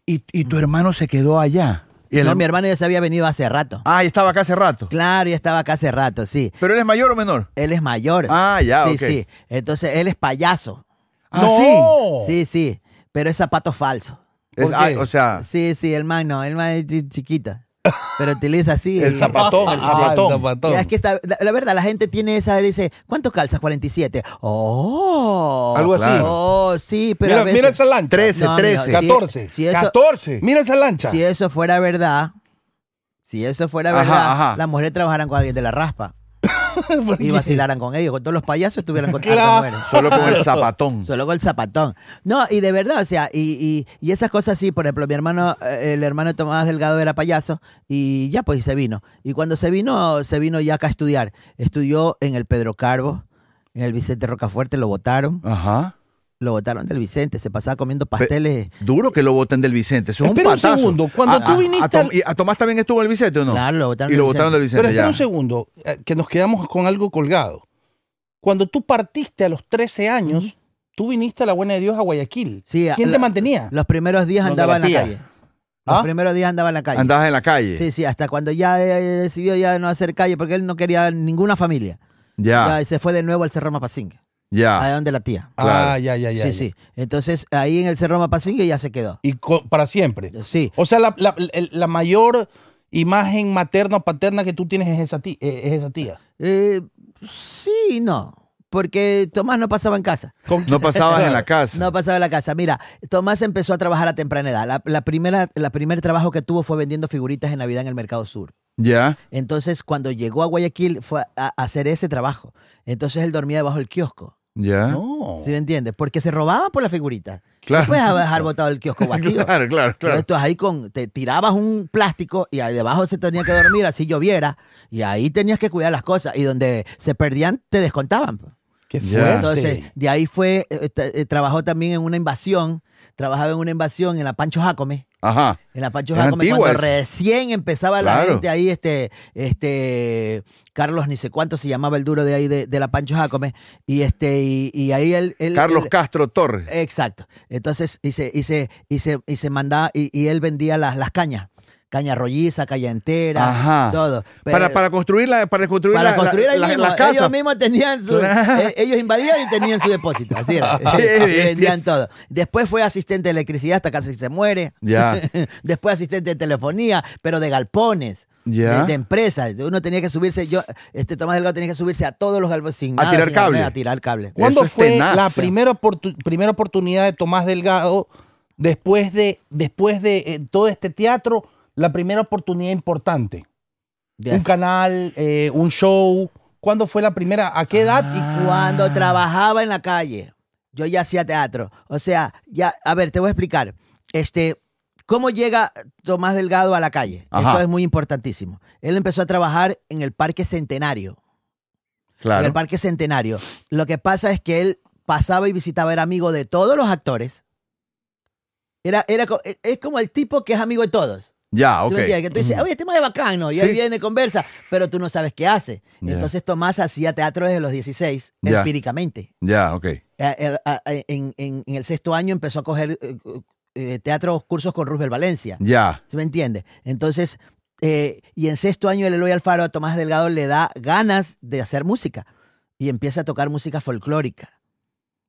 Speaker 1: ¿Y, y tu hermano se quedó allá? ¿Y el-
Speaker 4: No, mi hermano ya se había venido hace rato.
Speaker 1: Ah, y estaba acá hace rato.
Speaker 4: Claro, ya estaba acá hace rato, sí.
Speaker 1: ¿Pero él es mayor o menor?
Speaker 4: Él es mayor.
Speaker 1: Ah, ya,
Speaker 4: Sí,
Speaker 1: ok.
Speaker 4: sí. Entonces, él es payaso.
Speaker 1: Ah,
Speaker 2: no.
Speaker 1: sí.
Speaker 4: Sí, sí. Pero es zapato falso.
Speaker 1: Es-
Speaker 2: ¿Por
Speaker 1: ah,
Speaker 2: qué?
Speaker 1: o sea,
Speaker 4: Sí, sí, el man no, el man es chi- chiquito. Pero utiliza así.
Speaker 1: el
Speaker 4: y-
Speaker 1: zapatón, el
Speaker 2: Ah,
Speaker 1: zapatón.
Speaker 2: el zapatón.
Speaker 4: Ya, es que esta- la, la verdad, la gente tiene esa, dice, ¿cuánto calzas? 47. ¡Oh!
Speaker 2: Algo así.
Speaker 4: Oh, sí, pero
Speaker 2: mira,
Speaker 4: a veces-
Speaker 2: mira esa lancha.
Speaker 1: 13,
Speaker 4: No, amigo,
Speaker 1: 13.
Speaker 4: si-
Speaker 2: 14.
Speaker 4: Si, eso,
Speaker 1: 14.
Speaker 2: Mira esa lancha.
Speaker 4: si eso fuera verdad, si eso fuera
Speaker 1: Ajá,
Speaker 4: verdad,
Speaker 1: ajá.
Speaker 4: las mujeres trabajaran con alguien de la raspa
Speaker 2: ¿Por
Speaker 4: y
Speaker 2: qué?
Speaker 4: vacilaran con ellos, con todos los payasos estuvieran con
Speaker 2: Claro.
Speaker 4: todas las mujeres.
Speaker 1: Solo con el zapatón.
Speaker 4: Solo con el zapatón. No, y de verdad, o sea, y, y- y esas cosas sí, por ejemplo, mi hermano, eh, el hermano de Tomás Delgado era payaso y ya pues y se vino. Y cuando se vino, se vino ya acá a estudiar. Estudió en el Pedro Carbo, en el Vicente Rocafuerte, lo votaron,
Speaker 1: Ajá.
Speaker 4: lo votaron del Vicente, se pasaba comiendo pasteles.
Speaker 1: Duro que lo voten del Vicente. Eso es
Speaker 2: Espera
Speaker 1: un
Speaker 2: un
Speaker 1: patazo.
Speaker 2: segundo, cuando tú viniste
Speaker 1: A, Tom-
Speaker 2: al-
Speaker 1: y a Tomás también estuvo el Vicente o no?
Speaker 4: Claro, lo votaron
Speaker 1: Y
Speaker 4: del
Speaker 1: lo votaron del Vicente
Speaker 2: Pero espera
Speaker 1: ya.
Speaker 2: un segundo, eh, que nos quedamos con algo colgado. Cuando tú partiste a los 13 años, tú viniste a la buena de Dios a Guayaquil.
Speaker 4: Sí, a-
Speaker 2: ¿Quién
Speaker 4: la-
Speaker 2: te mantenía?
Speaker 4: Los primeros días
Speaker 2: Donde
Speaker 4: andaba
Speaker 2: la
Speaker 4: en la
Speaker 2: tía.
Speaker 4: calle. Los
Speaker 2: ¿Ah?
Speaker 4: primeros días andaba en la calle.
Speaker 1: Andabas en la calle.
Speaker 4: Sí, sí, hasta cuando ya eh, decidió ya no hacer calle porque él no quería ninguna familia. Ya,
Speaker 1: Ya,
Speaker 4: y se fue de nuevo al Cerro Mapasingue,
Speaker 1: ya.
Speaker 4: allá donde la tía.
Speaker 2: Ah,
Speaker 1: claro.
Speaker 2: ya, ya, ya.
Speaker 4: sí,
Speaker 2: ya.
Speaker 4: sí. Entonces ahí en el Cerro Mapasingue ya se quedó.
Speaker 2: Y co- para siempre.
Speaker 4: Sí.
Speaker 2: O sea, la, la- el- la mayor imagen materna o paterna que tú tienes es esa, ti- eh, es esa tía.
Speaker 4: Eh, sí y no. Porque Tomás no pasaba en casa.
Speaker 2: ¿Con quién?
Speaker 1: No pasabas en la casa.
Speaker 4: No pasaba en la casa. Mira, Tomás empezó a trabajar a temprana edad. La, la primera, la primer trabajo que tuvo fue vendiendo figuritas en Navidad en el Mercado Sur.
Speaker 1: Ya.
Speaker 4: Entonces, cuando llegó a Guayaquil, fue a, a hacer ese trabajo. Entonces, él dormía debajo del kiosco.
Speaker 1: Ya.
Speaker 2: No.
Speaker 4: ¿Sí me entiendes? Porque se robaban por las figuritas.
Speaker 1: Claro.
Speaker 4: No puedes dejar botado el kiosco vacío.
Speaker 1: Claro, claro,
Speaker 4: Pero
Speaker 1: claro.
Speaker 4: esto es ahí con, te tirabas un plástico y ahí debajo se tenía que dormir así lloviera y ahí tenías que cuidar las cosas y donde se perdían te descontaban. po.
Speaker 2: Qué
Speaker 1: Ya.
Speaker 2: fuerte.
Speaker 4: Entonces, de ahí fue, eh, ta- eh, trabajó también en una invasión, trabajaba en una invasión en la Pancho Jacome.
Speaker 1: Ajá.
Speaker 4: En la Pancho
Speaker 1: Es
Speaker 4: Jacome,
Speaker 1: antigua
Speaker 4: cuando
Speaker 1: esa.
Speaker 4: recién empezaba la
Speaker 1: Claro.
Speaker 4: gente ahí, este, este, Carlos ni sé cuánto se llamaba el duro de ahí de, de la Pancho Jacome, y este, y, y ahí él, él-
Speaker 1: Carlos
Speaker 4: él-
Speaker 1: Castro Torres.
Speaker 4: eh, Exacto. Entonces, y se, y se, y se, y se mandaba, y, y él vendía las, las cañas. Caña rolliza, caña entera,
Speaker 1: Ajá.
Speaker 4: todo. Pero-
Speaker 1: para, para construir la, para construir
Speaker 4: eh, para
Speaker 1: la,
Speaker 4: construir
Speaker 1: la-
Speaker 4: ahí
Speaker 1: la-
Speaker 4: mismo.
Speaker 1: la casa.
Speaker 4: Ellos mismos tenían su,
Speaker 1: Claro. Ah,
Speaker 4: eh, ellos invadían y tenían su depósito. Así era.
Speaker 1: Sí,
Speaker 4: Y vendían
Speaker 1: sí.
Speaker 4: todo. Después fue asistente de electricidad hasta casi se muere.
Speaker 1: Ya.
Speaker 4: Después asistente de telefonía, pero de galpones.
Speaker 1: Ya.
Speaker 4: De, de empresas. Uno tenía que subirse, yo, este Tomás Delgado tenía que subirse a todos los galpones sin
Speaker 1: A
Speaker 4: nada,
Speaker 1: tirar
Speaker 4: sin arnés,
Speaker 1: cable.
Speaker 4: A tirar cable.
Speaker 2: ¿Cuándo
Speaker 1: Eso es
Speaker 2: fue
Speaker 1: tenaz.
Speaker 2: la primera, oportu- primera oportunidad de Tomás Delgado después de, después de eh, todo este teatro? La primera oportunidad importante.
Speaker 4: De
Speaker 2: Un
Speaker 4: así.
Speaker 2: canal, eh, un show. ¿Cuándo fue la primera? ¿A qué
Speaker 1: Ah.
Speaker 2: edad? Y-
Speaker 4: Cuando trabajaba en la calle, yo ya hacía teatro. O sea, ya, a ver, te voy a explicar. Este, ¿cómo llega Tomás Delgado a la calle? Esto
Speaker 1: Ajá.
Speaker 4: es muy importantísimo. Él empezó a trabajar en el Parque Centenario. En el
Speaker 1: Claro.
Speaker 4: Parque Centenario. Lo que pasa es que él pasaba y visitaba, era amigo de todos los actores. Era, era, co- es- es como el tipo que es amigo de todos.
Speaker 1: Ya,
Speaker 4: ¿Sí
Speaker 1: ok.
Speaker 4: me entiendes? Que tú dices, oye, este más es bacano, y
Speaker 1: Sí.
Speaker 4: ahí viene, conversa, pero tú no sabes qué hace.
Speaker 1: Ya.
Speaker 4: Entonces Tomás hacía teatro desde los 16,
Speaker 1: Ya.
Speaker 4: empíricamente.
Speaker 1: Ya, ok.
Speaker 4: Eh, eh, ah, eh, En, en- en el sexto año empezó a coger eh, eh, teatro, cursos con Roosevelt Valencia.
Speaker 1: Ya.
Speaker 4: ¿Sí me entiendes? Entonces, eh, y en sexto año el Eloy Alfaro a Tomás Delgado le da ganas de hacer música y empieza a tocar música folclórica.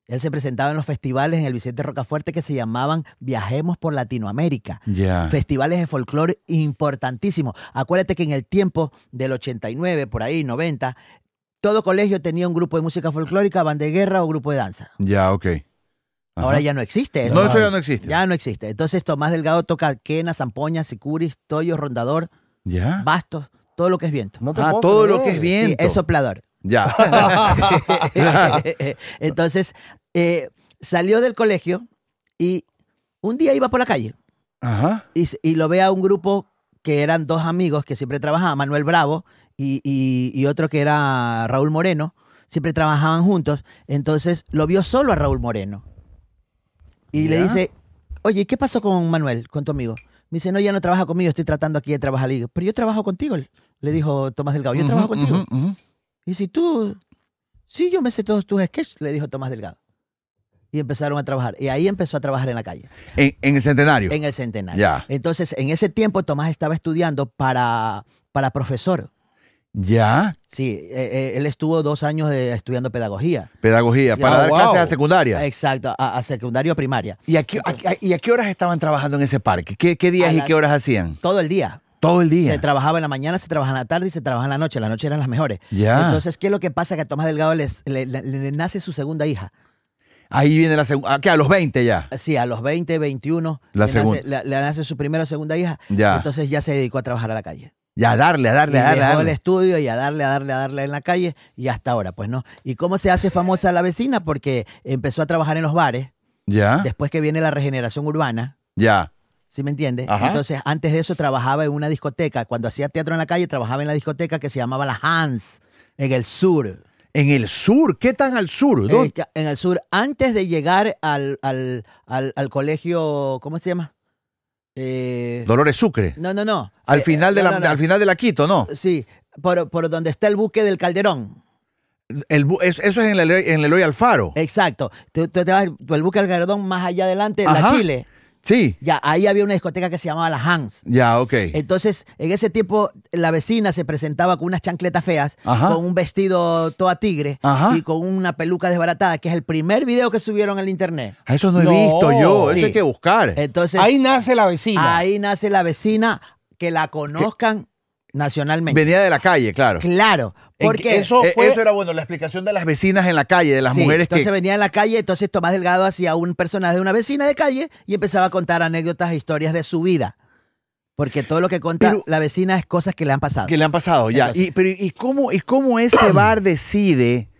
Speaker 4: Él se presentaba en los festivales en el Vicente Rocafuerte que se llamaban Viajemos por Latinoamérica
Speaker 1: Ya.
Speaker 4: festivales de folclore importantísimos. Acuérdate que en el tiempo del 89, por ahí, 90, todo colegio tenía un grupo de música folclórica, banda de guerra o grupo de danza.
Speaker 1: Ya, ok. Ajá.
Speaker 4: Ahora ya no existe eso.
Speaker 1: No, eso ya no existe.
Speaker 4: Ya no existe. Entonces Tomás Delgado toca quena, zampoña, sicuris, toyo, rondador,
Speaker 1: Ya.
Speaker 4: bastos, todo lo que es viento.
Speaker 2: No te
Speaker 1: Ah,
Speaker 2: puedo
Speaker 1: todo lo
Speaker 2: creer.
Speaker 1: que es
Speaker 4: Sí,
Speaker 1: viento.
Speaker 4: es soplador.
Speaker 1: Ya.
Speaker 4: Entonces, eh, salió del colegio y un día iba por la calle.
Speaker 1: Ajá.
Speaker 4: y, s- y lo ve a un grupo que eran dos amigos que siempre trabajaban, Manuel Bravo y, y- y otro que era Raúl Moreno, siempre trabajaban juntos. Entonces lo vio solo a Raúl Moreno. Y le
Speaker 1: Ya.
Speaker 4: dice, oye, ¿qué pasó con Manuel, con tu amigo? Me dice, no, ya no trabaja conmigo, estoy tratando aquí de trabajar. Le digo, pero yo trabajo contigo, le dijo Tomás Delgado, yo
Speaker 1: Ujú,
Speaker 4: trabajo contigo.
Speaker 1: ujú, ujú.
Speaker 4: Y si tú, sí, yo me sé todos tus sketches, le dijo Tomás Delgado. Y empezaron a trabajar. Y ahí empezó a trabajar en la calle.
Speaker 1: En, en el centenario.
Speaker 4: En el centenario.
Speaker 1: Ya.
Speaker 4: Entonces, en ese tiempo Tomás estaba estudiando para, para profesor.
Speaker 1: Ya.
Speaker 4: Sí, eh, eh, él estuvo dos años de- estudiando pedagogía.
Speaker 1: Pedagogía.
Speaker 2: Sí,
Speaker 1: para
Speaker 2: ah,
Speaker 1: dar
Speaker 2: wow.
Speaker 1: clases a secundaria.
Speaker 4: Exacto, a, a secundario primaria.
Speaker 1: ¿Y a, qué, a- a- ¿Y a qué horas estaban trabajando en ese parque? ¿Qué, qué días
Speaker 4: A
Speaker 1: y
Speaker 4: las-
Speaker 1: qué horas hacían?
Speaker 4: Todo el día.
Speaker 1: Todo el
Speaker 4: Se
Speaker 1: día.
Speaker 4: trabajaba en la mañana, se trabajaba en la tarde y se trabajaba en la noche. Las noches eran las mejores.
Speaker 1: Ya.
Speaker 4: Entonces, ¿qué es lo que pasa? Que a Tomás Delgado les- le, le- le nace su segunda hija.
Speaker 1: Ahí viene la segunda. ¿A qué? A los 20 ya.
Speaker 4: Sí, a los 20, 21.
Speaker 1: La
Speaker 4: le,
Speaker 1: segunda.
Speaker 4: nace, le- le nace su primera o segunda hija.
Speaker 1: Ya.
Speaker 4: Entonces ya se dedicó a trabajar a la calle.
Speaker 1: Ya, a darle, a darle, a
Speaker 4: y
Speaker 1: darle. a
Speaker 4: dejó el
Speaker 1: darle.
Speaker 4: estudio y a darle, a darle, a darle en la calle y hasta ahora, pues no. ¿Y cómo se hace famosa la vecina? Porque empezó a trabajar en los bares,
Speaker 1: Ya.
Speaker 4: después que viene la regeneración urbana,
Speaker 1: Ya.
Speaker 4: ¿sí me entiendes?
Speaker 1: Ajá.
Speaker 4: Entonces, antes de eso trabajaba en una discoteca, cuando hacía teatro en la calle, trabajaba en la discoteca que se llamaba La Hans, en el sur.
Speaker 1: En el sur. ¿Qué tan al sur? ¿Dónde?
Speaker 4: Eh, ca- en el sur, antes de llegar al, al, al, al colegio, ¿cómo se llama? Eh,
Speaker 1: Dolores Sucre.
Speaker 4: no, no, no.
Speaker 1: Al
Speaker 4: Eh,
Speaker 1: final de
Speaker 4: no,
Speaker 1: la,
Speaker 4: no, no.
Speaker 1: al final de la Quito, ¿no?
Speaker 4: Sí, por, por donde está el buque del Calderón.
Speaker 1: El bu- es- eso es en el, en el Eloy Alfaro.
Speaker 4: Exacto. Tú, tú te vas tú el buque del Gardón más allá adelante, la
Speaker 1: Ajá.
Speaker 4: Chile.
Speaker 1: Sí.
Speaker 4: Ya, ahí había una discoteca que se llamaba La Hans.
Speaker 1: Ya, ok.
Speaker 4: Entonces, en ese tiempo, la vecina se presentaba con unas chancletas feas,
Speaker 1: Ajá.
Speaker 4: con un vestido toda tigre
Speaker 1: Ajá.
Speaker 4: y con una peluca desbaratada, que es el primer video que subieron al internet.
Speaker 1: A eso no he
Speaker 2: No,
Speaker 1: visto yo.
Speaker 4: sí. Eh,
Speaker 1: Eso hay que buscar.
Speaker 4: Entonces,
Speaker 2: Ahí
Speaker 4: ahí,
Speaker 2: nace la vecina.
Speaker 4: nace la vecina, que la conozcan nacionalmente.
Speaker 1: Venía de la calle, claro.
Speaker 4: Claro,
Speaker 2: En que
Speaker 4: porque
Speaker 2: eso
Speaker 1: Eh,
Speaker 2: fue-
Speaker 1: Eso era bueno, la explicación de las vecinas en la calle, de las
Speaker 4: Sí,
Speaker 1: mujeres
Speaker 4: entonces
Speaker 1: que.
Speaker 4: venía en la calle, entonces Tomás Delgado hacía un personaje de una vecina de calle y empezaba a contar anécdotas e historias de su vida. Porque todo lo que cuenta
Speaker 1: Pero-
Speaker 4: la vecina es cosas que le han pasado.
Speaker 1: Que le han pasado, ya.
Speaker 4: Entonces-
Speaker 1: y, pero, ¿y, cómo, ¿Y cómo ese bar decide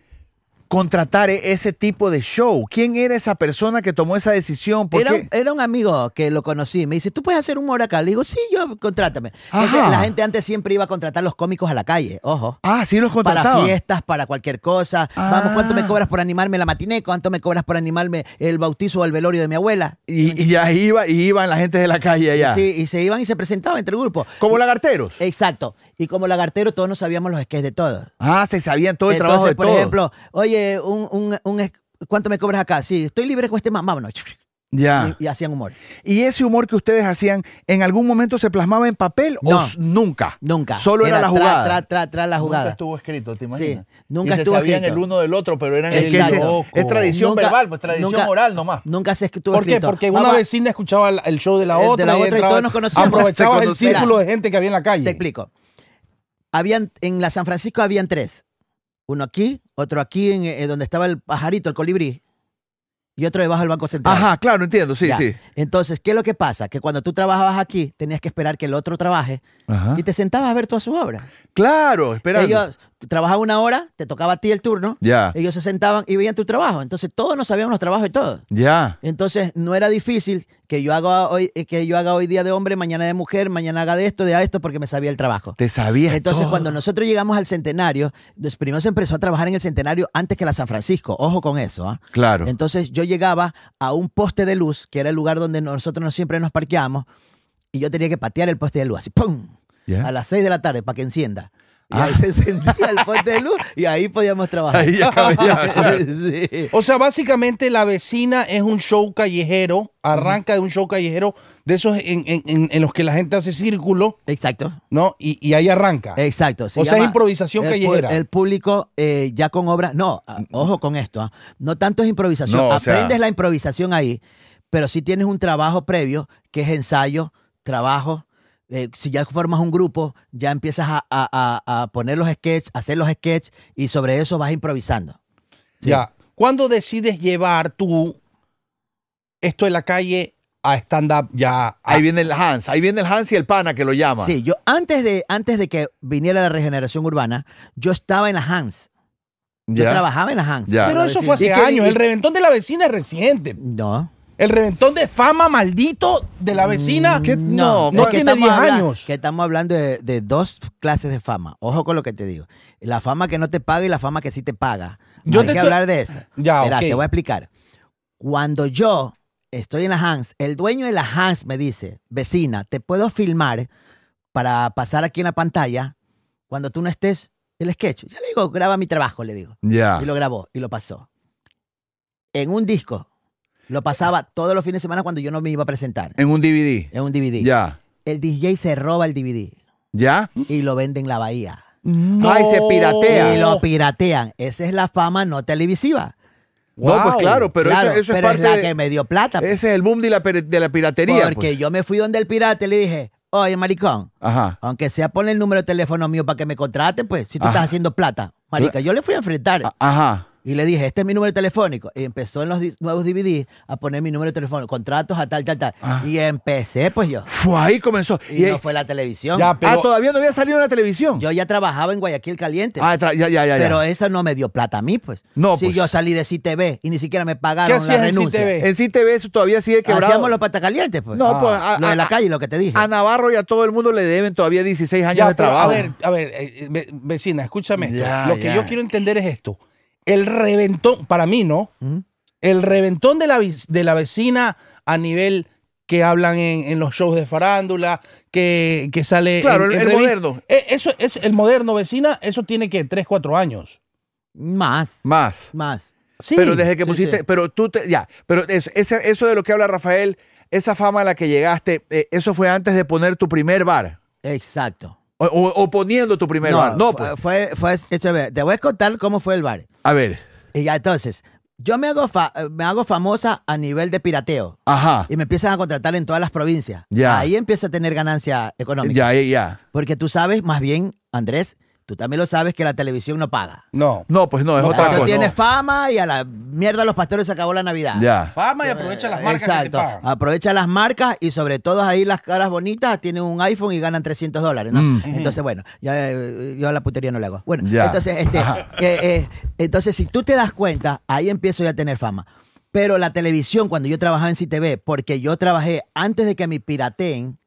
Speaker 1: contratar e- ese tipo de show? ¿Quién era esa persona que tomó esa decisión? ¿Por
Speaker 4: Era,
Speaker 1: qué?
Speaker 4: era un eh, amigo que lo conocí. Me dice, ¿tú puedes hacer humor acá? Le digo, sí, yo, contrátame. Entonces,
Speaker 1: Ajá.
Speaker 4: la gente antes siempre iba a contratar los cómicos a la calle. Ojo.
Speaker 1: Ah, sí los
Speaker 4: Para
Speaker 1: contrataban.
Speaker 4: fiestas, para cualquier cosa. Vamos, ¿cuánto me
Speaker 1: Ah.
Speaker 4: cobras por animarme la matiné? ¿Cuánto me cobras por animarme el bautizo o el velorio de mi abuela?
Speaker 1: Y, y ahí iba, y iban la gente de la calle allá.
Speaker 4: Sí, y se iban y se presentaban entre el grupo.
Speaker 1: Como lagarteros.
Speaker 4: Exacto. Y como lagartero, todos no sabíamos los sketches de todos.
Speaker 1: Ah, se sabían todo el
Speaker 4: Entonces,
Speaker 1: trabajo de
Speaker 4: por
Speaker 1: todos.
Speaker 4: ejemplo, oye, un, un- un es- ¿cuánto me cobras acá? Sí, estoy libre con este más. Vámonos.
Speaker 1: ya.
Speaker 4: Y, y hacían humor.
Speaker 1: Y, ese humor que ustedes hacían, ¿en algún momento se plasmaba en papel o
Speaker 4: No.
Speaker 1: s- nunca?
Speaker 4: Nunca.
Speaker 1: Solo era, la
Speaker 4: tra,
Speaker 1: jugada.
Speaker 4: Tra, tra, tra, la
Speaker 1: Nunca
Speaker 4: jugada.
Speaker 1: estuvo escrito, ¿te
Speaker 4: Sí,
Speaker 1: imaginas?
Speaker 4: nunca
Speaker 1: y se
Speaker 4: estuvo
Speaker 1: sabían
Speaker 4: escrito.
Speaker 1: el uno del otro, pero eran
Speaker 4: Es
Speaker 1: el
Speaker 4: que
Speaker 1: sketch.
Speaker 2: loco.
Speaker 1: Es tradición
Speaker 4: Nunca-
Speaker 1: verbal, pues tradición
Speaker 4: nunca-
Speaker 1: oral nomás.
Speaker 4: Nunca se estuvo
Speaker 2: ¿Por qué?
Speaker 4: escrito.
Speaker 2: Porque
Speaker 4: Vamos
Speaker 2: una
Speaker 4: a-
Speaker 2: vecina escuchaba el- el show de la
Speaker 4: El de
Speaker 2: otra.
Speaker 4: la otra y
Speaker 2: entraba-
Speaker 4: todos nos conocíamos.
Speaker 2: Aprovechaba
Speaker 1: Se
Speaker 2: el
Speaker 1: conocían.
Speaker 2: círculo de gente que había en la calle.
Speaker 4: Te explico. Habían, en la San Francisco habían tres. Uno aquí, otro aquí, en, eh, donde estaba el pajarito, el colibrí, y otro debajo del Banco Central.
Speaker 1: Ajá, claro, entiendo, sí,
Speaker 4: Ya.
Speaker 1: sí.
Speaker 4: Entonces, ¿qué es lo que pasa? Que cuando tú trabajabas aquí, tenías que esperar que el otro trabaje
Speaker 1: Ajá.
Speaker 4: y te sentabas a ver todas sus obras.
Speaker 1: Claro, Ah. esperando. Ah.
Speaker 4: Ellos trabajaban una hora, te tocaba a ti el turno,
Speaker 1: Ya,
Speaker 4: ellos se sentaban y veían tu trabajo. Entonces, todos nos sabíamos los trabajos y todo.
Speaker 1: ya.
Speaker 4: Entonces, no era difícil que yo haga hoy, eh, que yo haga hoy día de hombre, mañana de mujer, mañana haga de esto, de a esto, porque me sabía el trabajo.
Speaker 1: Te sabías
Speaker 4: Entonces,
Speaker 1: todo.
Speaker 4: cuando nosotros llegamos al centenario, pues, primero se empezó a trabajar en el centenario antes que la San Francisco. Ojo con eso. ¿ah?
Speaker 1: Claro.
Speaker 4: Entonces, yo llegaba a un poste de luz, que era el lugar donde nosotros nos- siempre nos parqueábamos, y yo tenía que patear el poste de luz, así, ¡pum!
Speaker 1: Ya.
Speaker 4: A las 6 de la tarde para que encienda. Y
Speaker 1: Ah.
Speaker 4: ahí se encendía el poste de luz y ahí podíamos trabajar.
Speaker 1: Ahí ya cabía, claro.
Speaker 4: Sí.
Speaker 2: O sea, básicamente La Vecina es un show callejero, arranca de un show callejero, de esos en, en- en- en los que la gente hace círculo,
Speaker 4: Exacto.
Speaker 2: ¿no? Y, y ahí arranca.
Speaker 4: Exacto.
Speaker 2: O sea, es
Speaker 4: Eh, llama-
Speaker 2: improvisación
Speaker 4: el pu-
Speaker 2: callejera.
Speaker 4: El público eh, ya con obras. No, ah, ojo con esto. ah. No tanto es improvisación.
Speaker 1: No, o sea-
Speaker 4: Aprendes la improvisación ahí, pero sí tienes un trabajo previo que es ensayo, trabajo. eh, si ya formas un grupo, ya empiezas a, a- a- a poner los sketches, hacer los sketches y sobre eso vas improvisando. Sí.
Speaker 2: Ya. ¿Cuándo decides llevar tú esto de la calle a stand-up ya?
Speaker 1: Ahí viene el Hans, ahí viene el Hans y el pana que lo llama.
Speaker 4: Sí, yo antes de, antes de que viniera la regeneración urbana, yo estaba en la Hans. Yo
Speaker 1: Ya.
Speaker 4: trabajaba en la Hans.
Speaker 1: Ya.
Speaker 2: Pero eso fue
Speaker 1: ¿Y
Speaker 2: hace
Speaker 1: qué-
Speaker 2: años.
Speaker 1: y-
Speaker 2: El reventón de la vecina es reciente.
Speaker 4: No.
Speaker 2: El reventón de fama maldito de la vecina.
Speaker 1: ¿Qué?
Speaker 4: Mm, No,
Speaker 1: No,
Speaker 4: es que
Speaker 2: tiene
Speaker 4: estamos
Speaker 2: 10
Speaker 4: habla-
Speaker 2: años.
Speaker 4: Que estamos hablando de, de dos clases de fama. Ojo con lo que te digo. La fama que no te paga y la fama que sí te paga.
Speaker 2: Yo
Speaker 4: Hay
Speaker 2: te
Speaker 4: que
Speaker 2: estoy-
Speaker 4: hablar de esa.
Speaker 2: Ya,
Speaker 1: Ah,
Speaker 4: Verás,
Speaker 2: ok.
Speaker 4: te voy a explicar. Cuando yo estoy en la Hans, el dueño de la Hans me dice, vecina, ¿te puedo filmar para pasar aquí en la pantalla cuando tú no estés el sketch? Ya le digo, graba mi trabajo, le digo.
Speaker 1: Ya.
Speaker 4: Y lo grabó y lo pasó. En un disco. Lo pasaba todos los fines de semana cuando yo no me iba a presentar.
Speaker 1: En un DVD.
Speaker 4: En un DVD
Speaker 1: Ya. Mm.
Speaker 4: el DJ se roba el DVD
Speaker 1: ¿Ya?
Speaker 4: y lo vende en la bahía.
Speaker 1: Ay, se piratea.
Speaker 4: Y lo piratean. Esa es la fama no televisiva.
Speaker 1: No, pues
Speaker 2: Wow.
Speaker 1: claro, pero
Speaker 4: Claro,
Speaker 1: eso, eso
Speaker 4: pero
Speaker 1: es parte
Speaker 4: la
Speaker 1: de-
Speaker 4: que me dio plata. pues.
Speaker 1: Ese es el boom de la, pere- de la piratería.
Speaker 4: porque
Speaker 1: pues.
Speaker 4: yo me fui donde el pirata y le dije, oye, maricón,
Speaker 1: Ajá.
Speaker 4: aunque sea ponle el número de teléfono mío para que me contraten, pues, si tú
Speaker 1: Ajá. Ah.
Speaker 4: estás haciendo plata. Marica, yo le fui a enfrentar
Speaker 1: A- Ajá.
Speaker 4: y le dije, este es mi número telefónico. Y empezó en los di- nuevos DVD a poner mi número telefónico, contratos a tal, tal, tal. Y empecé, pues yo.
Speaker 1: Fue ahí comenzó.
Speaker 4: Y,
Speaker 1: Ah. Y-
Speaker 4: no fue la televisión.
Speaker 2: Ya, pero-
Speaker 1: ah, todavía no había salido en la televisión.
Speaker 4: Yo ya trabajaba en Guayaquil Caliente.
Speaker 1: ah, tra- ya, ya, ya. ya.
Speaker 4: Pero eh, esa no me dio plata a mí, pues.
Speaker 1: No,
Speaker 4: Si
Speaker 1: pues.
Speaker 4: yo salí de CTV y ni siquiera me
Speaker 2: ¿Qué
Speaker 4: pagaron la
Speaker 2: hacías en
Speaker 4: renuncia.
Speaker 2: CTV?
Speaker 1: En CTV eso todavía sigue quebrado.
Speaker 4: Hacíamos los patacalientes, pues.
Speaker 1: No, pues, a-
Speaker 4: lo de
Speaker 1: a-
Speaker 4: la calle, lo que te dije.
Speaker 1: A Navarro y a todo el mundo le deben todavía 16 años
Speaker 2: Ya,
Speaker 1: de
Speaker 2: pero,
Speaker 1: trabajo.
Speaker 2: a ver, a ver, eh, eh, ve- vecina, escúchame esto.
Speaker 1: Ya,
Speaker 2: Lo que
Speaker 1: ya.
Speaker 2: yo quiero entender es esto. El reventón, para mí, ¿no?
Speaker 4: ¿Mm?
Speaker 2: El reventón de la, vi- de la vecina a nivel que hablan en, en los shows de farándula, que, que sale...
Speaker 1: Claro,
Speaker 2: en-
Speaker 1: el-
Speaker 2: en
Speaker 1: el
Speaker 2: revi-
Speaker 1: moderno.
Speaker 2: Eh, eso es el moderno, vecina, eso tiene que 3, 4 años.
Speaker 4: Más,
Speaker 1: Más.
Speaker 4: más.
Speaker 2: Sí.
Speaker 1: pero desde que
Speaker 4: sí,
Speaker 1: pusiste,
Speaker 4: sí.
Speaker 1: pero tú te, ya, pero eso, ese- eso de lo que habla Rafael, esa fama a la que llegaste, eh, eso fue antes de poner tu primer bar
Speaker 4: Exacto.
Speaker 1: o, o- o poniendo tu primer bar. No, pues.
Speaker 4: fue, fue, fue- esto, a ver, te voy a contar cómo fue el bar.
Speaker 1: A ver,
Speaker 4: Y ya entonces, yo me hago, fa- me hago famosa a nivel de pirateo.
Speaker 1: ajá,
Speaker 4: Y me empiezan a contratar en todas las provincias.
Speaker 1: Ya.
Speaker 4: Ahí empiezo a tener ganancia económica.
Speaker 1: ya, ya, ya.
Speaker 4: Porque tú sabes, más bien, Andrés, tú Tú también lo sabes que la televisión no paga.
Speaker 2: No.
Speaker 1: No, pues no, es
Speaker 2: No,
Speaker 1: otra
Speaker 4: Porque
Speaker 1: cosa.
Speaker 4: tiene fama y a la mierda los pasteros se acabó la Navidad.
Speaker 1: Ya.
Speaker 2: Fama y aprovecha las marcas que te
Speaker 4: Eh, Exacto.
Speaker 2: pagan.
Speaker 4: Aprovecha las marcas y sobre todo ahí las caras bonitas tienen un iPhone y ganan 300 dólares, ¿no?
Speaker 1: Mm.
Speaker 4: Entonces, bueno, ya, eh, yo a la putería no le hago. Bueno,
Speaker 1: Ya.
Speaker 4: entonces, este,
Speaker 1: Ajá.
Speaker 4: eh, eh, entonces, si tú te das cuenta, ahí empiezo ya a tener fama. Pero la televisión, cuando yo trabajaba en CTV, porque yo trabajé antes de que me pirateen,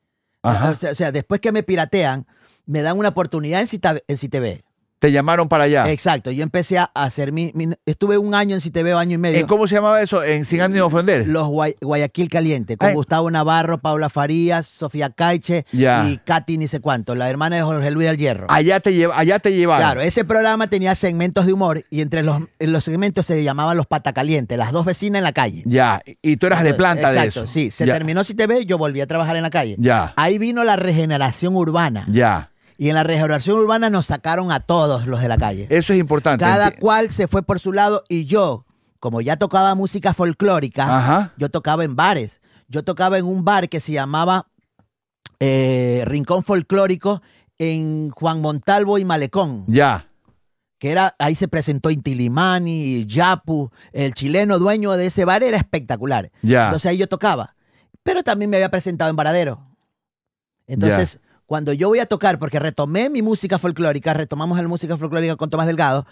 Speaker 1: Ajá.
Speaker 4: o sea, o sea, después que me piratean, me dan una oportunidad en CTV. En CTV.
Speaker 1: Te llamaron para allá.
Speaker 4: Exacto, yo empecé a hacer mi, mi- Estuve un año en CTV, año y medio.
Speaker 1: Eh, ¿Cómo se llamaba eso? En Sin ánimo de ofender.
Speaker 4: Los Guay- Guayaquil Caliente, con
Speaker 1: Ay.
Speaker 4: Gustavo Navarro, Paula Farías, Sofía Caiche
Speaker 1: Ya.
Speaker 4: y Katy ni sé cuánto, la hermana de Jorge Luis del Hierro.
Speaker 1: Allá te, lleva, allá te llevaron.
Speaker 4: Claro, eh. ese programa tenía segmentos de humor y entre los, en los segmentos se llamaban los patacalientes, las dos vecinas en la calle.
Speaker 1: Ya. Y tú eras de planta de eso.
Speaker 4: Exacto, sí. Se
Speaker 1: Ya.
Speaker 4: terminó Si Te Ve, yo volví a trabajar en la calle.
Speaker 1: Ya.
Speaker 4: Ahí vino la regeneración urbana.
Speaker 1: Ya.
Speaker 4: Y en la regeneración urbana nos sacaron a todos los de la calle.
Speaker 1: Eso es importante.
Speaker 4: Cada
Speaker 1: Enti-
Speaker 4: cual se fue por su lado y yo, como ya tocaba música folclórica,
Speaker 1: Ajá.
Speaker 4: yo tocaba en bares. Yo tocaba en un bar que se llamaba eh, Rincón Folclórico en Juan Montalvo y Malecón.
Speaker 1: Ya.
Speaker 4: Que era, ahí se presentó Intilimani, Yapu, el chileno dueño de ese bar era espectacular.
Speaker 1: Ya.
Speaker 4: Entonces ahí yo tocaba. Pero también me había presentado en Varadero. Entonces, cuando yo voy a tocar, porque retomé mi música folclórica, retomamos la música folclórica con Tomás Delgado,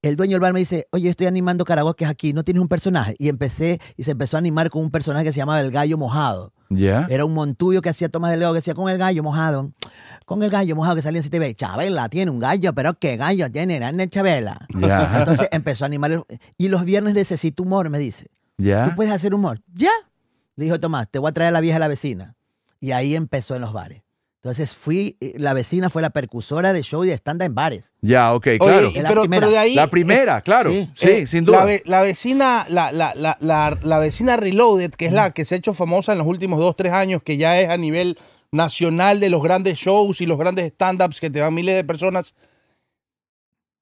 Speaker 4: el dueño del bar me dice, oye, estoy animando karaoke aquí, ¿no tienes un personaje? Y empecé, y se empezó a animar con un personaje que se llamaba El Gallo Mojado.
Speaker 1: ya.
Speaker 4: Era un montuyo que hacía Tomás Delgado, que hacía con el gallo mojado, con el gallo mojado que salía en CTV. Chabela tiene un gallo, pero ¿qué gallo tiene? Grande Chabela.
Speaker 1: Ya.
Speaker 4: Entonces empezó a animar. el- Y los viernes necesito humor, me dice. ¿Tú
Speaker 1: Ya.
Speaker 4: puedes hacer humor? Ya. Le dijo Tomás, te voy a traer a la vieja de la vecina. Y ahí empezó en los bares. Entonces fui, eh, la vecina fue la precursora de show y de stand en bares.
Speaker 1: Ya, ok,
Speaker 2: Oye,
Speaker 1: claro.
Speaker 4: Es la
Speaker 2: pero,
Speaker 4: primera.
Speaker 2: pero de ahí.
Speaker 1: la primera, claro. Sí,
Speaker 4: sí.
Speaker 2: eh,
Speaker 1: sin duda.
Speaker 2: La, ve- la vecina, la, la, la, la, la vecina Reloaded, que es la que se ha hecho famosa en los últimos dos, tres años, que ya es a nivel nacional de los grandes shows y los grandes stand-ups que te van miles de personas.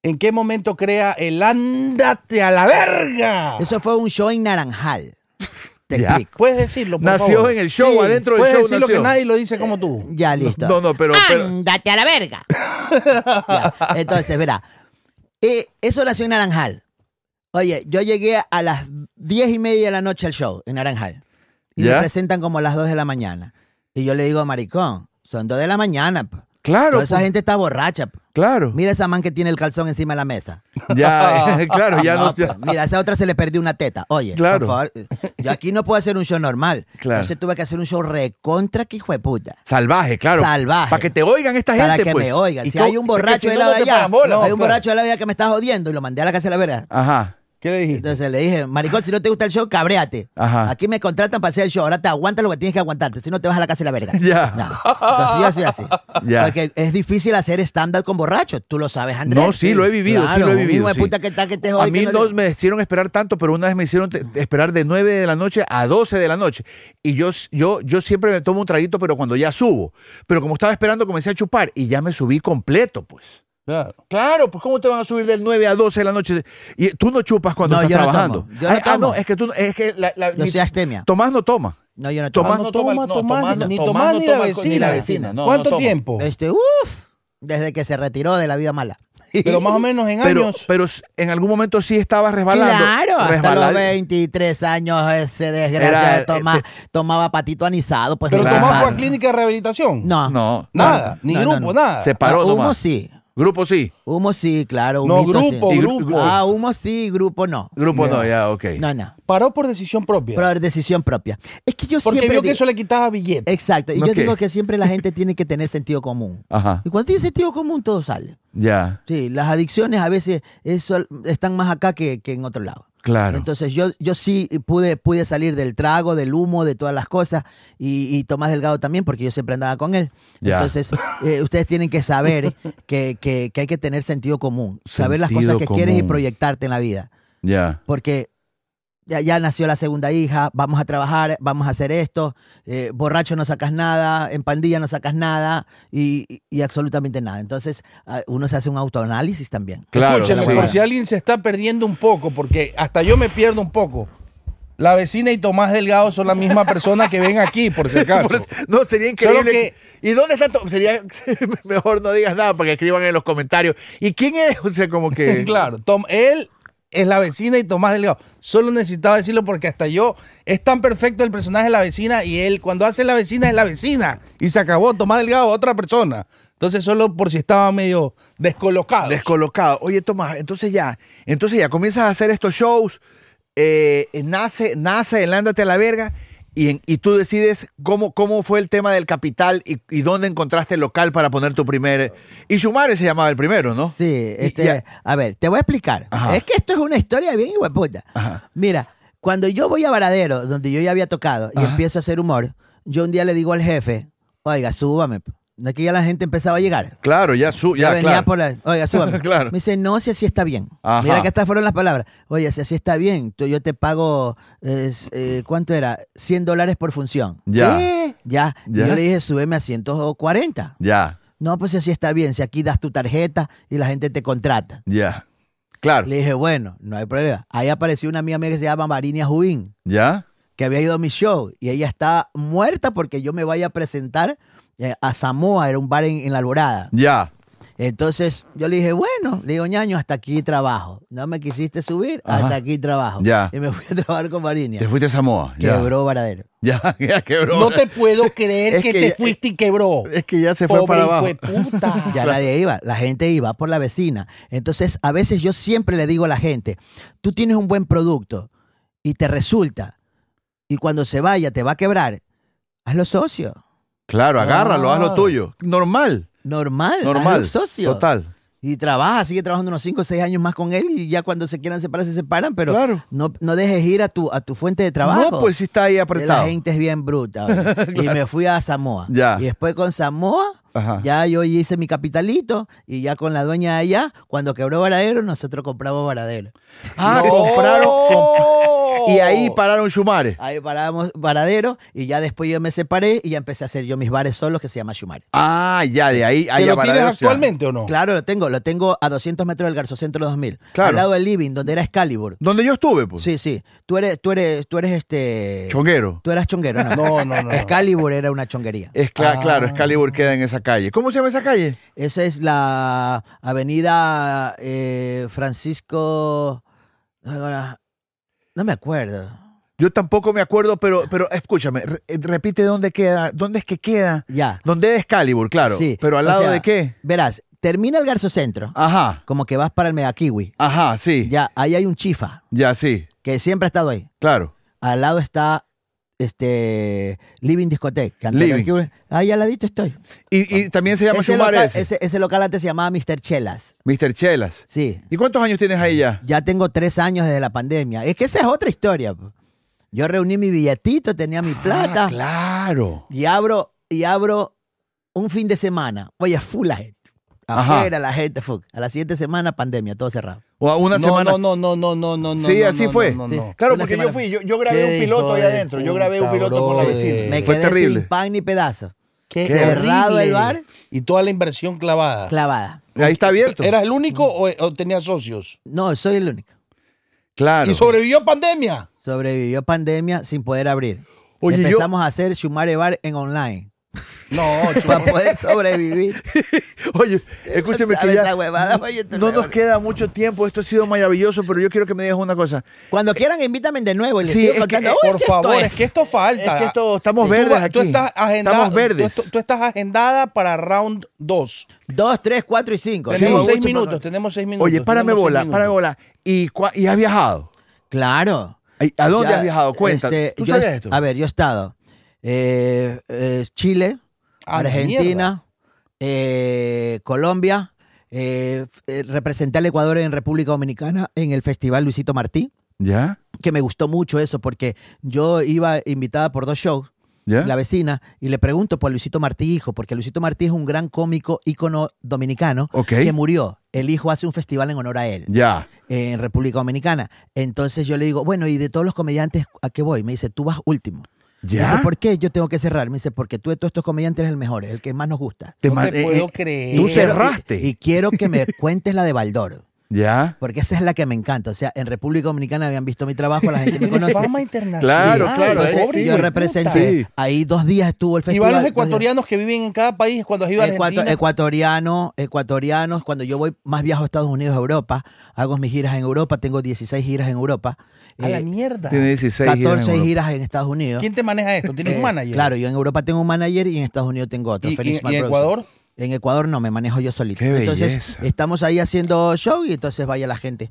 Speaker 2: ¿En qué momento crea el ándate a la verga?
Speaker 4: Eso fue un show en Naranjal. Te
Speaker 1: Ya.
Speaker 4: explico.
Speaker 2: Puedes decirlo, por
Speaker 1: Nació
Speaker 2: favor?
Speaker 1: en el show, adentro del
Speaker 2: Puedes
Speaker 1: show
Speaker 2: decir
Speaker 1: nació. Eh,
Speaker 2: lo que nadie lo dice como tú.
Speaker 4: Ya listo.
Speaker 1: No, no, pero, pero-
Speaker 4: ¡Ándate a la verga! Ya, Entonces, verá. eh, eso nació en Naranjal. Oye, yo llegué a las diez y media de la noche al show en Naranjal. Y
Speaker 1: ¿Ya?
Speaker 4: me presentan como a las dos de la mañana. Y yo le digo, maricón, son dos de la mañana. po.
Speaker 1: Claro,
Speaker 4: Toda esa
Speaker 1: pues,
Speaker 4: gente está borracha. po.
Speaker 1: claro.
Speaker 4: Mira esa man que tiene el calzón encima de la mesa.
Speaker 1: Ya, eh, claro, ya no.
Speaker 4: No, pues, mira, a esa otra se le perdió una teta. Oye,
Speaker 1: Claro.
Speaker 4: por favor, yo aquí no puedo hacer un show normal.
Speaker 1: Claro.
Speaker 4: Entonces tuve que hacer un show recontra que hijo de puta.
Speaker 1: Salvaje, claro.
Speaker 4: Salvaje.
Speaker 1: Para que te oigan esta gente,
Speaker 4: Para que
Speaker 1: pues.
Speaker 4: me oigan.
Speaker 1: Y
Speaker 4: Si
Speaker 1: que-
Speaker 4: hay un
Speaker 1: es que si
Speaker 4: borracho de
Speaker 1: no,
Speaker 4: la
Speaker 1: no
Speaker 4: de
Speaker 1: te
Speaker 4: allá,
Speaker 1: pagan bola,
Speaker 4: hay
Speaker 1: pues,
Speaker 4: un
Speaker 1: claro.
Speaker 4: borracho de la vida que me está jodiendo y lo mandé a la casa de la verga.
Speaker 1: Ajá.
Speaker 2: ¿Qué le dijiste?
Speaker 4: Entonces le dije, maricón, si no te gusta el show, cabréate.
Speaker 1: Ajá.
Speaker 4: Aquí me contratan para hacer el show. Ahora te aguantas lo que tienes que aguantarte. Si no, te vas a la casa de la verga.
Speaker 1: Ya.
Speaker 4: No. Entonces yo soy así.
Speaker 1: Ya.
Speaker 4: Porque es difícil hacer estándar con borrachos. Tú lo sabes, Andrés.
Speaker 1: No, sí, lo he vivido, sí,
Speaker 4: Claro,
Speaker 1: lo he
Speaker 4: un
Speaker 1: vivido,
Speaker 4: hijo de
Speaker 1: sí.
Speaker 4: puta que está que te jode
Speaker 1: A
Speaker 4: que
Speaker 1: mí
Speaker 4: no
Speaker 1: no
Speaker 4: le-
Speaker 1: me hicieron esperar tanto, pero una vez me hicieron te- esperar de 9 de la noche a 12 de la noche. Y yo, yo, yo siempre me tomo un traguito, pero cuando ya subo. Pero como estaba esperando, comencé a chupar y ya me subí completo, pues.
Speaker 2: Claro.
Speaker 1: Claro, pues ¿cómo te van a subir del 9 a 12 de la noche? Y tú no chupas cuando
Speaker 4: No,
Speaker 1: estás
Speaker 4: yo no
Speaker 1: trabajando.
Speaker 4: tomo, yo no
Speaker 1: Ay, ah,
Speaker 4: tomo.
Speaker 1: no, es que tú no- es que la- la-
Speaker 4: Yo
Speaker 1: mi-
Speaker 4: soy astemia.
Speaker 1: Tomás no toma.
Speaker 4: No, yo no tomo.
Speaker 1: Tomás no, toma,
Speaker 2: Ah, toma,
Speaker 1: no,
Speaker 2: Tomás,
Speaker 1: Tomás no-
Speaker 2: ni
Speaker 1: Tomás
Speaker 2: Tomás
Speaker 1: no
Speaker 2: ni la
Speaker 1: toma con- ni la
Speaker 2: vecina.
Speaker 1: vecina, no,
Speaker 2: ¿Cuánto
Speaker 1: no toma.
Speaker 2: tiempo?
Speaker 4: Este, uff. Desde que se retiró de la vida mala.
Speaker 2: Pero más o menos en
Speaker 1: Eh, Pero,
Speaker 2: años.
Speaker 1: pero en algún momento sí estaba resbalando.
Speaker 4: Claro, hasta los
Speaker 1: Resbalado.
Speaker 4: 23 años ese desgraciado
Speaker 1: Era, eh,
Speaker 4: Tomás tomaba patito anisado. Pues
Speaker 2: Pero
Speaker 4: no
Speaker 1: Claro.
Speaker 2: Tomás fue a
Speaker 4: pasa.
Speaker 2: clínica de rehabilitación.
Speaker 4: No,
Speaker 1: No.
Speaker 2: Nada, ni
Speaker 4: No, no,
Speaker 2: grupo,
Speaker 4: no.
Speaker 2: nada.
Speaker 1: Se paró
Speaker 4: Ah, humo
Speaker 1: nomás.
Speaker 4: sí,
Speaker 1: Grupo sí.
Speaker 4: humo sí, claro.
Speaker 2: No,
Speaker 4: humito sí.
Speaker 2: grupo,
Speaker 1: Y gru-
Speaker 2: grupo.
Speaker 4: Ah, humo sí, grupo no.
Speaker 1: Grupo no,
Speaker 2: Ya.
Speaker 1: ya, ok.
Speaker 4: No, no.
Speaker 2: Paró por decisión propia.
Speaker 4: Pero es decisión propia. Es que yo
Speaker 2: porque
Speaker 4: siempre. Eh,
Speaker 2: vio que
Speaker 4: di-
Speaker 2: eso le quitaba billete.
Speaker 4: Exacto. Y
Speaker 1: ¿No
Speaker 4: yo
Speaker 1: qué?
Speaker 4: digo que siempre la gente tiene que tener sentido común.
Speaker 1: Ajá.
Speaker 4: Y cuando tiene sentido común, todo sale.
Speaker 1: Ya.
Speaker 4: Sí, las adicciones a veces eso, están más acá que, que en otro lado.
Speaker 1: Claro.
Speaker 4: Entonces yo, yo sí pude, pude salir del trago, del humo, de todas las cosas, y, y Tomás Delgado también, porque yo siempre andaba con él.
Speaker 1: Ya.
Speaker 4: Entonces eh, ustedes tienen que saber que, que- que hay que tener sentido común, saber las
Speaker 1: Sentido
Speaker 4: cosas que quieres y
Speaker 1: común.
Speaker 4: proyectarte en la vida,
Speaker 1: ya.
Speaker 4: porque ya, ya nació la segunda hija, vamos a trabajar, vamos a hacer esto, eh, borracho no sacas nada, en pandilla no sacas nada, y, y- y absolutamente nada. Entonces ah, uno se hace un autoanálisis también.
Speaker 1: Claro.
Speaker 2: Escúcheme,
Speaker 1: sí.
Speaker 2: por si alguien se está perdiendo un poco, porque hasta yo me pierdo un poco. La vecina y Tomás Delgado son la misma persona que ven aquí, por si acaso.
Speaker 1: No, sería
Speaker 2: Solo
Speaker 1: increíble. ¿Y dónde está Tomás? Sería mejor no digas nada para que escriban en los comentarios. ¿Y quién es? O sea, como que.
Speaker 2: Claro, Tom, él es la vecina y Tomás Delgado. Solo necesitaba decirlo porque hasta yo es tan perfecto el personaje de la vecina y él cuando hace la vecina es la vecina y se acabó Tomás Delgado, otra persona. Entonces solo por si estaba medio descolocado.
Speaker 1: Descolocado. Oye, Tomás, entonces ya, entonces ya comienzas a hacer estos shows, eh, nace, nace el Ándate a la verga, y, en- y tú decides cómo, cómo fue el tema del capital y, y dónde encontraste el local para poner tu primer. Y Shumare se llamaba el primero, ¿no?
Speaker 4: Sí,
Speaker 1: Y-
Speaker 4: este,
Speaker 1: y a-
Speaker 4: a ver, te voy a explicar.
Speaker 1: Ajá.
Speaker 4: Es que esto es una historia bien hueputa.
Speaker 1: Ajá.
Speaker 4: Mira, cuando yo voy a Varadero, donde yo ya había tocado, y
Speaker 1: Ajá.
Speaker 4: empiezo a hacer humor, yo un día le digo al jefe, oiga, súbame. No es que ya la gente empezaba a llegar.
Speaker 1: Claro, ya su,
Speaker 4: Ya,
Speaker 1: ya,
Speaker 4: venía
Speaker 1: claro.
Speaker 4: por la, oiga, súbame.
Speaker 1: Claro.
Speaker 4: Me dice, no, si así está bien.
Speaker 1: Ajá.
Speaker 4: Mira que estas fueron las palabras. Oye, si así está bien, tú- yo te pago, es, eh, ¿cuánto era? 100 dólares por función.
Speaker 1: Ya.
Speaker 4: ¿Qué? Ya. Y
Speaker 1: Ya.
Speaker 4: yo le dije, súbeme a 140.
Speaker 1: Ya,
Speaker 4: No, pues si así está bien, si aquí das tu tarjeta y la gente te contrata.
Speaker 1: ya. Claro.
Speaker 4: Le dije, bueno, no hay problema. Ahí apareció una amiga mía que se llama Marinia Jubín,
Speaker 1: Ya.
Speaker 4: que había ido a mi show y ella está muerta porque yo me vaya a presentar eh, a Samoa, era un bar en, en la Alborada.
Speaker 1: Ya.
Speaker 4: Entonces yo le dije, bueno, le digo, ñaño, hasta aquí trabajo. No me quisiste subir,
Speaker 1: Ajá.
Speaker 4: hasta aquí trabajo.
Speaker 1: Ya.
Speaker 4: Y me fui a trabajar con Marinia.
Speaker 1: Te fuiste a Samoa. Ya.
Speaker 4: Quebró varadero.
Speaker 1: Ya, ya quebró.
Speaker 2: No te puedo creer
Speaker 1: Es
Speaker 2: que,
Speaker 1: que
Speaker 2: te
Speaker 1: ya-
Speaker 2: fuiste y quebró.
Speaker 1: Es que ya se fue
Speaker 2: Pobre
Speaker 1: para abajo.
Speaker 2: hijueputa.
Speaker 4: Ya nadie iba, la gente iba por la vecina. Entonces, a veces yo siempre le digo a la gente, tú tienes un buen producto y te resulta, y cuando se vaya te va a quebrar, hazlo socio.
Speaker 1: Claro, agárralo, haz lo
Speaker 2: Ah.
Speaker 1: tuyo. Normal,
Speaker 4: Normal,
Speaker 1: normal.
Speaker 4: hazlo socio.
Speaker 1: Total.
Speaker 4: Y trabaja, sigue trabajando unos 5 o 6 años más con él y ya cuando se quieran separar se separan, pero
Speaker 1: claro.
Speaker 4: no, no dejes ir a tu, a tu fuente de trabajo.
Speaker 1: No, pues sí está ahí
Speaker 4: la
Speaker 1: apretado.
Speaker 4: gente es bien bruta. oye. Y me fui a Samoa.
Speaker 1: Ya.
Speaker 4: Y después con Samoa
Speaker 1: Ajá.
Speaker 4: Ya yo hice mi capitalito y ya con la dueña de allá, cuando quebró Varadero, nosotros compramos Varadero.
Speaker 1: Ah,
Speaker 2: No.
Speaker 1: compraron. comp-
Speaker 4: Oh.
Speaker 1: y ahí pararon Shumare.
Speaker 4: Ahí parábamos Varadero y ya después yo me separé y ya empecé a hacer yo mis bares solos que se llama Shumare.
Speaker 1: Ah, ya, de ahí. ahí
Speaker 2: ¿Te
Speaker 1: a
Speaker 2: lo tienes
Speaker 1: Varadero, o sea,
Speaker 2: actualmente o no?
Speaker 4: Claro, lo tengo, lo tengo a 200 metros del Garzocentro 2000,
Speaker 1: Claro.
Speaker 4: al lado del living donde era Excalibur.
Speaker 1: Donde yo estuve, pues.
Speaker 4: Sí, sí. Tú eres tú eres tú eres este
Speaker 1: Chonguero.
Speaker 4: tú eras chonguero, no.
Speaker 2: No, no, no.
Speaker 4: Excalibur era una chonguería.
Speaker 1: Es cla-
Speaker 2: Ah.
Speaker 1: Claro, Excalibur queda en esa calle. ¿Cómo se llama esa calle?
Speaker 4: Esa es la avenida eh, Francisco ahora, no me acuerdo.
Speaker 1: Yo tampoco me acuerdo, pero, pero escúchame, re- eh, repite dónde queda, dónde es que queda,
Speaker 4: Ya.
Speaker 1: dónde es Excalibur, claro.
Speaker 4: Sí,
Speaker 1: Pero al
Speaker 4: o
Speaker 1: lado
Speaker 4: sea,
Speaker 1: de qué?
Speaker 4: Verás, termina el Garzocentro,
Speaker 1: Ajá,
Speaker 4: como que vas para el Mega Kiwi.
Speaker 1: ajá, sí. Ya,
Speaker 4: Ya, ahí hay un chifa
Speaker 1: sí,
Speaker 4: que siempre ha estado ahí.
Speaker 1: claro.
Speaker 4: Al lado está este Living Discotheque. que antes
Speaker 1: Living.
Speaker 4: era Kiwi. Ahí al ladito estoy.
Speaker 1: Y, y también se llama
Speaker 4: Ese
Speaker 1: Shumare
Speaker 4: local,
Speaker 1: ese.
Speaker 4: ese- ese local antes se llamaba Mr. Chelas.
Speaker 1: Mr. Chelas.
Speaker 4: Sí.
Speaker 1: ¿Y cuántos años tienes ahí ya?
Speaker 4: Ya tengo tres años desde la pandemia. Es que esa es otra historia. po. Yo reuní mi billetito, tenía mi plata
Speaker 1: Ah, claro.
Speaker 4: y abro, y abro un fin de semana. Oye, full la gente.
Speaker 1: Ajá.
Speaker 4: Afuera la gente, full. A la siguiente semana, pandemia, todo cerrado.
Speaker 1: O a una
Speaker 2: no,
Speaker 1: semana.
Speaker 2: No, no, no, no, no, no.
Speaker 1: Sí,
Speaker 2: no,
Speaker 1: así
Speaker 2: no,
Speaker 1: fue.
Speaker 2: no, no,
Speaker 4: Sí.
Speaker 2: no.
Speaker 1: Claro,
Speaker 4: Una
Speaker 1: porque yo
Speaker 4: semana.
Speaker 1: fui, yo, yo grabé
Speaker 2: Qué
Speaker 1: un piloto
Speaker 2: hijo
Speaker 1: allá
Speaker 2: de
Speaker 1: adentro. Yo grabé un
Speaker 2: puta,
Speaker 1: piloto con la
Speaker 2: brother.
Speaker 1: vecina.
Speaker 4: Me
Speaker 1: Fue
Speaker 4: quedé
Speaker 1: terrible.
Speaker 4: sin pan ni pedazo.
Speaker 2: Qué
Speaker 4: Cerrado
Speaker 2: horrible.
Speaker 4: el bar.
Speaker 2: Y toda la inversión clavada.
Speaker 4: Clavada.
Speaker 1: Ahí está abierto.
Speaker 2: ¿Eras el único o, o tenías socios?
Speaker 4: No, soy el único.
Speaker 1: Claro.
Speaker 2: ¿Y sobrevivió pandemia?
Speaker 4: Sobrevivió pandemia sin poder abrir.
Speaker 1: Oye, yo-
Speaker 4: Empezamos a hacer Shumare Bar en online.
Speaker 2: No,
Speaker 4: Para poder sobrevivir.
Speaker 1: Oye, escúcheme que
Speaker 4: ¿Sabes
Speaker 1: ya
Speaker 4: esa huevada? Oye, tú
Speaker 1: no
Speaker 4: no-
Speaker 1: nos queda mucho tiempo. Esto ha sido maravilloso, pero yo quiero que me digas una cosa.
Speaker 4: Cuando quieran, invítame de nuevo. Y les
Speaker 1: Sí,
Speaker 4: sigo
Speaker 1: es que,
Speaker 4: contando.
Speaker 1: eh,
Speaker 4: Uy,
Speaker 2: por
Speaker 4: ¿qué esto
Speaker 2: favor,
Speaker 4: es?
Speaker 2: es que esto falta.
Speaker 1: Es que esto- estamos
Speaker 2: Tú-
Speaker 1: verdes
Speaker 2: Tú
Speaker 1: aquí.
Speaker 2: estás agendada,
Speaker 1: Estamos verdes.
Speaker 2: Tú, tú estás agendada para round 2.
Speaker 4: Dos, tres, cuatro y cinco.
Speaker 2: Tenemos
Speaker 1: Sí.
Speaker 2: seis
Speaker 1: Ocho,
Speaker 2: minutos,
Speaker 1: papá.
Speaker 2: tenemos seis minutos.
Speaker 1: Oye, párame
Speaker 2: tenemos seis
Speaker 1: bola,
Speaker 2: minutos.
Speaker 1: párame bola. ¿Y, cua- y has viajado?
Speaker 4: Claro.
Speaker 1: Ay, ¿A dónde
Speaker 4: Ya,
Speaker 1: has viajado? Cuenta.
Speaker 4: este,
Speaker 1: ¿Tú
Speaker 4: yo
Speaker 1: sabes
Speaker 4: he-
Speaker 1: esto?
Speaker 4: A ver, yo he estado. eh, eh, Chile,
Speaker 1: Ah,
Speaker 2: A la mierda.
Speaker 4: Argentina, eh, Colombia. eh, f- eh, representé al Ecuador en República Dominicana en el Festival Luisito Martí,
Speaker 1: ¿Ya?
Speaker 4: que me gustó mucho eso porque yo iba invitada por dos shows,
Speaker 1: ¿Ya?
Speaker 4: la vecina, y le pregunto por Luisito Martí, hijo, porque Luisito Martí es un gran cómico, ícono dominicano,
Speaker 1: Ok.
Speaker 4: que murió. El hijo hace un festival en honor a él
Speaker 1: Ya.
Speaker 4: eh, en República Dominicana. Entonces yo le digo, bueno, ¿y de todos los comediantes a qué voy? Me dice, tú vas último. Me dice,
Speaker 1: ¿Ya?
Speaker 4: ¿por qué yo tengo que cerrar? Me dice, porque tú de todos estos comediantes eres el mejor, el que más nos gusta.
Speaker 1: Te
Speaker 2: No
Speaker 1: man-
Speaker 2: te
Speaker 1: eh,
Speaker 2: puedo
Speaker 1: eh,
Speaker 2: creer.
Speaker 1: tú
Speaker 4: quiero-
Speaker 1: cerraste.
Speaker 4: Y, y quiero que me cuentes la de Baldor.
Speaker 1: Ya.
Speaker 4: Porque esa es la que me encanta. O sea, en República Dominicana habían visto mi trabajo, la gente me conoce.
Speaker 2: Fama internacional.
Speaker 1: Claro, claro,
Speaker 2: ah, pobre
Speaker 4: Entonces,
Speaker 1: sí,
Speaker 2: hijo
Speaker 4: yo
Speaker 2: de puta.
Speaker 4: representé.
Speaker 1: Sí.
Speaker 4: Ahí dos días estuvo el
Speaker 2: Y
Speaker 4: festival.
Speaker 2: van los
Speaker 4: dos días.
Speaker 2: ecuatorianos que viven en cada país cuando has ido a
Speaker 4: Ecuato-
Speaker 2: Argentina.
Speaker 4: ecuatoriano, ecuatorianos, cuando yo voy más viajo a Estados Unidos, a Europa, hago mis giras en Europa, tengo 16 giras en Europa,
Speaker 2: a la
Speaker 4: eh,
Speaker 2: mierda.
Speaker 1: Tiene 16 giras en
Speaker 4: 14
Speaker 1: Europa.
Speaker 4: giras en Estados Unidos.
Speaker 2: ¿Quién te maneja esto? ¿Tienes
Speaker 4: Eh,
Speaker 2: un manager?
Speaker 4: Claro, yo en Europa tengo un manager y en Estados Unidos tengo otro.
Speaker 2: ¿Y, y-
Speaker 4: Felix
Speaker 2: y en
Speaker 4: Malbroso.
Speaker 2: Ecuador?
Speaker 4: En Ecuador no, me manejo yo solito.
Speaker 1: Qué
Speaker 4: entonces
Speaker 1: belleza.
Speaker 4: estamos ahí haciendo show y entonces vaya la gente.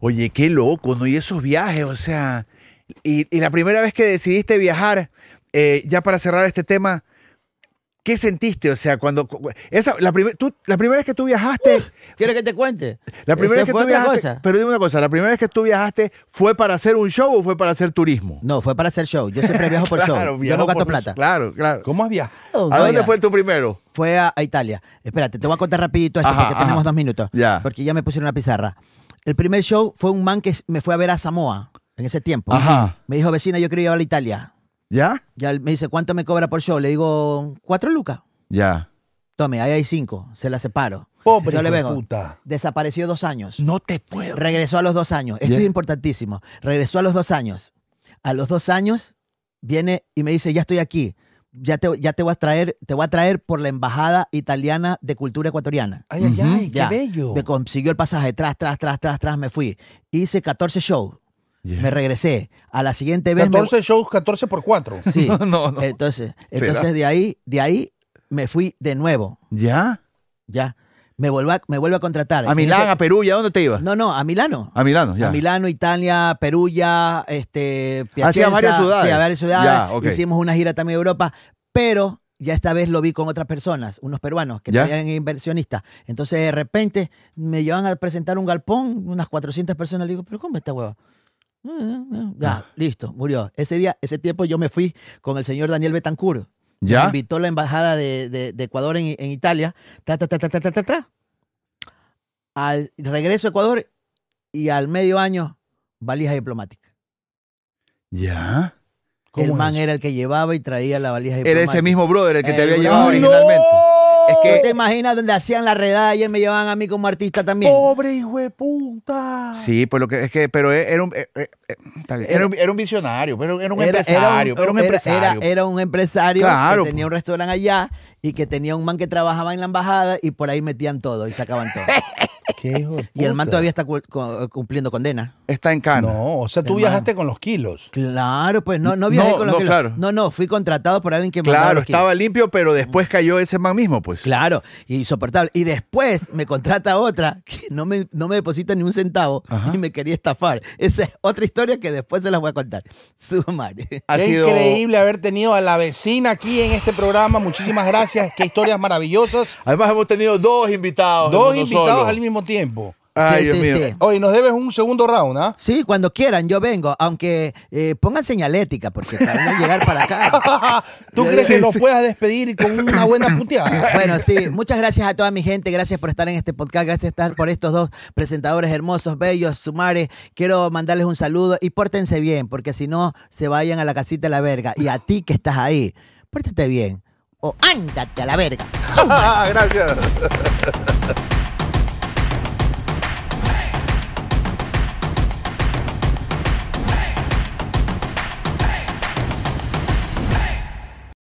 Speaker 1: Oye, qué loco, ¿no? Y esos viajes, o sea. Y, y la primera vez que decidiste viajar, eh, ya para cerrar este tema, ¿qué sentiste? O sea, cuando. cu- Esa, la, primer- tú- la primera vez que tú viajaste.
Speaker 4: ¿Quieres que te cuente?
Speaker 1: la primera vez
Speaker 4: esa
Speaker 1: que
Speaker 4: fue
Speaker 1: tú
Speaker 4: otra
Speaker 1: viajaste.
Speaker 4: cosa.
Speaker 1: Pero dime una cosa, ¿la primera vez que tú viajaste fue para hacer un show o fue para hacer turismo?
Speaker 4: No, fue para hacer show. Yo siempre viajo por show. Yo
Speaker 1: viajó
Speaker 4: no gasto
Speaker 1: por-
Speaker 4: plata.
Speaker 1: Claro, claro.
Speaker 2: ¿Cómo has viajado?
Speaker 1: ¿A dónde
Speaker 4: Oiga.
Speaker 1: fue tu primero?
Speaker 4: Fue a, a Italia. Espérate, te voy a contar rapidito esto
Speaker 1: Ajá,
Speaker 4: porque
Speaker 1: ajá.
Speaker 4: tenemos dos minutos.
Speaker 1: Ya.
Speaker 4: Porque ya me pusieron la pizarra. El primer show fue un man que me fue a ver a Samoa en ese tiempo.
Speaker 1: Ajá.
Speaker 4: Me dijo, vecina, yo quiero llevar a Italia.
Speaker 1: ¿Ya?
Speaker 4: Ya él me dice, ¿cuánto me cobra por show? Le digo, cuatro lucas.
Speaker 1: Ya.
Speaker 4: Tome, ahí hay cinco. Se la separo.
Speaker 2: Pobre
Speaker 4: Yo le
Speaker 2: hijo de
Speaker 4: vengo.
Speaker 2: puta.
Speaker 4: Desapareció dos años.
Speaker 1: No te puedo.
Speaker 4: Regresó a los dos años. Esto
Speaker 1: Ya.
Speaker 4: es importantísimo. Regresó a los dos años. A los dos años viene y me dice, ya estoy aquí. Ya te, ya te voy a traer, te voy a traer por la embajada italiana de cultura ecuatoriana.
Speaker 2: Ay, ay, ay, qué
Speaker 4: Ya.
Speaker 2: bello.
Speaker 4: Me consiguió el pasaje, tras, tras, tras, tras, tras, me fui. Hice 14 shows, me regresé. A la siguiente vez me-
Speaker 2: 14 shows, 14 por 4.
Speaker 4: Sí.
Speaker 1: No, no.
Speaker 4: Entonces, entonces de ahí, de ahí me fui de nuevo,
Speaker 1: ¿Ya?
Speaker 4: ya. Me vuelvo a, me vuelvo a contratar.
Speaker 1: A
Speaker 4: En
Speaker 1: Milán,
Speaker 4: ese-
Speaker 1: a Perú, ¿y a dónde te ibas?
Speaker 4: No, no, a Milano.
Speaker 1: A Milano, ya.
Speaker 4: A Milano, Italia, Perugia, este,
Speaker 1: Hacía varias ciudades.
Speaker 4: Sí, a varias ciudades.
Speaker 1: Ya, ok.
Speaker 4: Hicimos una gira también a Europa, pero ya esta vez lo vi con otras personas, unos peruanos que
Speaker 1: Ya.
Speaker 4: también eran inversionistas. Entonces, de repente, me llevan a presentar un galpón, unas 400 personas. Le digo, ¿pero cómo esta hueva? No, no, no.
Speaker 1: Ah.
Speaker 4: Ya, listo, murió. Ese día, ese tiempo yo me fui con el señor Daniel Betancourt. Me
Speaker 1: ¿Ya?
Speaker 4: invitó la embajada de, de- de Ecuador en, en Italia. Tra, tra, tra, tra, tra, tra, tra, tra. Al regreso a Ecuador y al medio año, valija diplomática.
Speaker 1: ¿Ya?
Speaker 2: ¿Cómo
Speaker 4: El man
Speaker 2: es?
Speaker 4: era el que llevaba y traía la valija
Speaker 1: Era
Speaker 4: diplomática.
Speaker 1: ese mismo brother el que te
Speaker 4: Eh,
Speaker 1: había
Speaker 4: no.
Speaker 1: llevado originalmente. Es
Speaker 4: ¿Tú
Speaker 1: que
Speaker 4: te imaginas donde hacían la redada? Ayer me llevaban a mí como artista también.
Speaker 1: Oh,
Speaker 2: Pobre hijo de puta.
Speaker 1: Sí, pues lo que es que, pero e- era un, e- e- e- está bien, era un, era un visionario, pero era un empresario,
Speaker 4: era
Speaker 1: pero un
Speaker 4: era-
Speaker 1: empresario.
Speaker 4: era- era un empresario
Speaker 1: Claro,
Speaker 4: que tenía
Speaker 1: pues.
Speaker 4: un restaurante allá y que tenía un man que trabajaba en la embajada y por ahí metían todo y sacaban todo.
Speaker 2: Qué hijo de
Speaker 4: y el man
Speaker 2: puta.
Speaker 4: todavía está cu- cu- cumpliendo condena.
Speaker 1: Está en cana.
Speaker 2: No, o sea, tú
Speaker 4: El man.
Speaker 2: viajaste con los kilos.
Speaker 4: Claro, pues no, no viajé
Speaker 1: No,
Speaker 4: con los
Speaker 1: no,
Speaker 4: kilos.
Speaker 1: claro.
Speaker 4: No, no, fui contratado por alguien que me mandaba
Speaker 1: claro,
Speaker 4: los kilos.
Speaker 1: estaba limpio, pero después cayó ese man mismo, pues.
Speaker 4: Claro, y insoportable. Y después me contrata otra que no me, no me deposita ni un centavo
Speaker 1: Ajá.
Speaker 4: y me quería estafar. Esa es otra historia que después se las voy a contar. Su madre.
Speaker 1: Ha
Speaker 2: Qué
Speaker 1: sido
Speaker 2: increíble haber tenido a la vecina aquí en este programa. Muchísimas gracias. Qué historias maravillosas.
Speaker 1: Además hemos tenido dos invitados. en
Speaker 2: Dos
Speaker 1: uno
Speaker 2: invitados
Speaker 1: solo.
Speaker 2: al mismo tiempo.
Speaker 1: Ay,
Speaker 4: Sí,
Speaker 1: Dios
Speaker 4: sí,
Speaker 1: mío.
Speaker 4: sí.
Speaker 2: Oye, nos debes un segundo round, ¿ah?
Speaker 4: Sí, cuando quieran, yo vengo, aunque eh, pongan señalética, porque te van a llegar para acá.
Speaker 2: ¿Tú
Speaker 4: Sí,
Speaker 2: crees que
Speaker 1: sí.
Speaker 2: nos puedas despedir con una buena puteada?
Speaker 4: Bueno, sí, muchas gracias a toda mi gente, gracias por estar en este podcast, gracias estar por estos dos presentadores hermosos, bellos, sumare. Quiero mandarles un saludo y pórtense bien, porque si no, se vayan a la casita de la verga. Y a ti que estás ahí, pórtate bien o ándate a la verga.
Speaker 1: Gracias.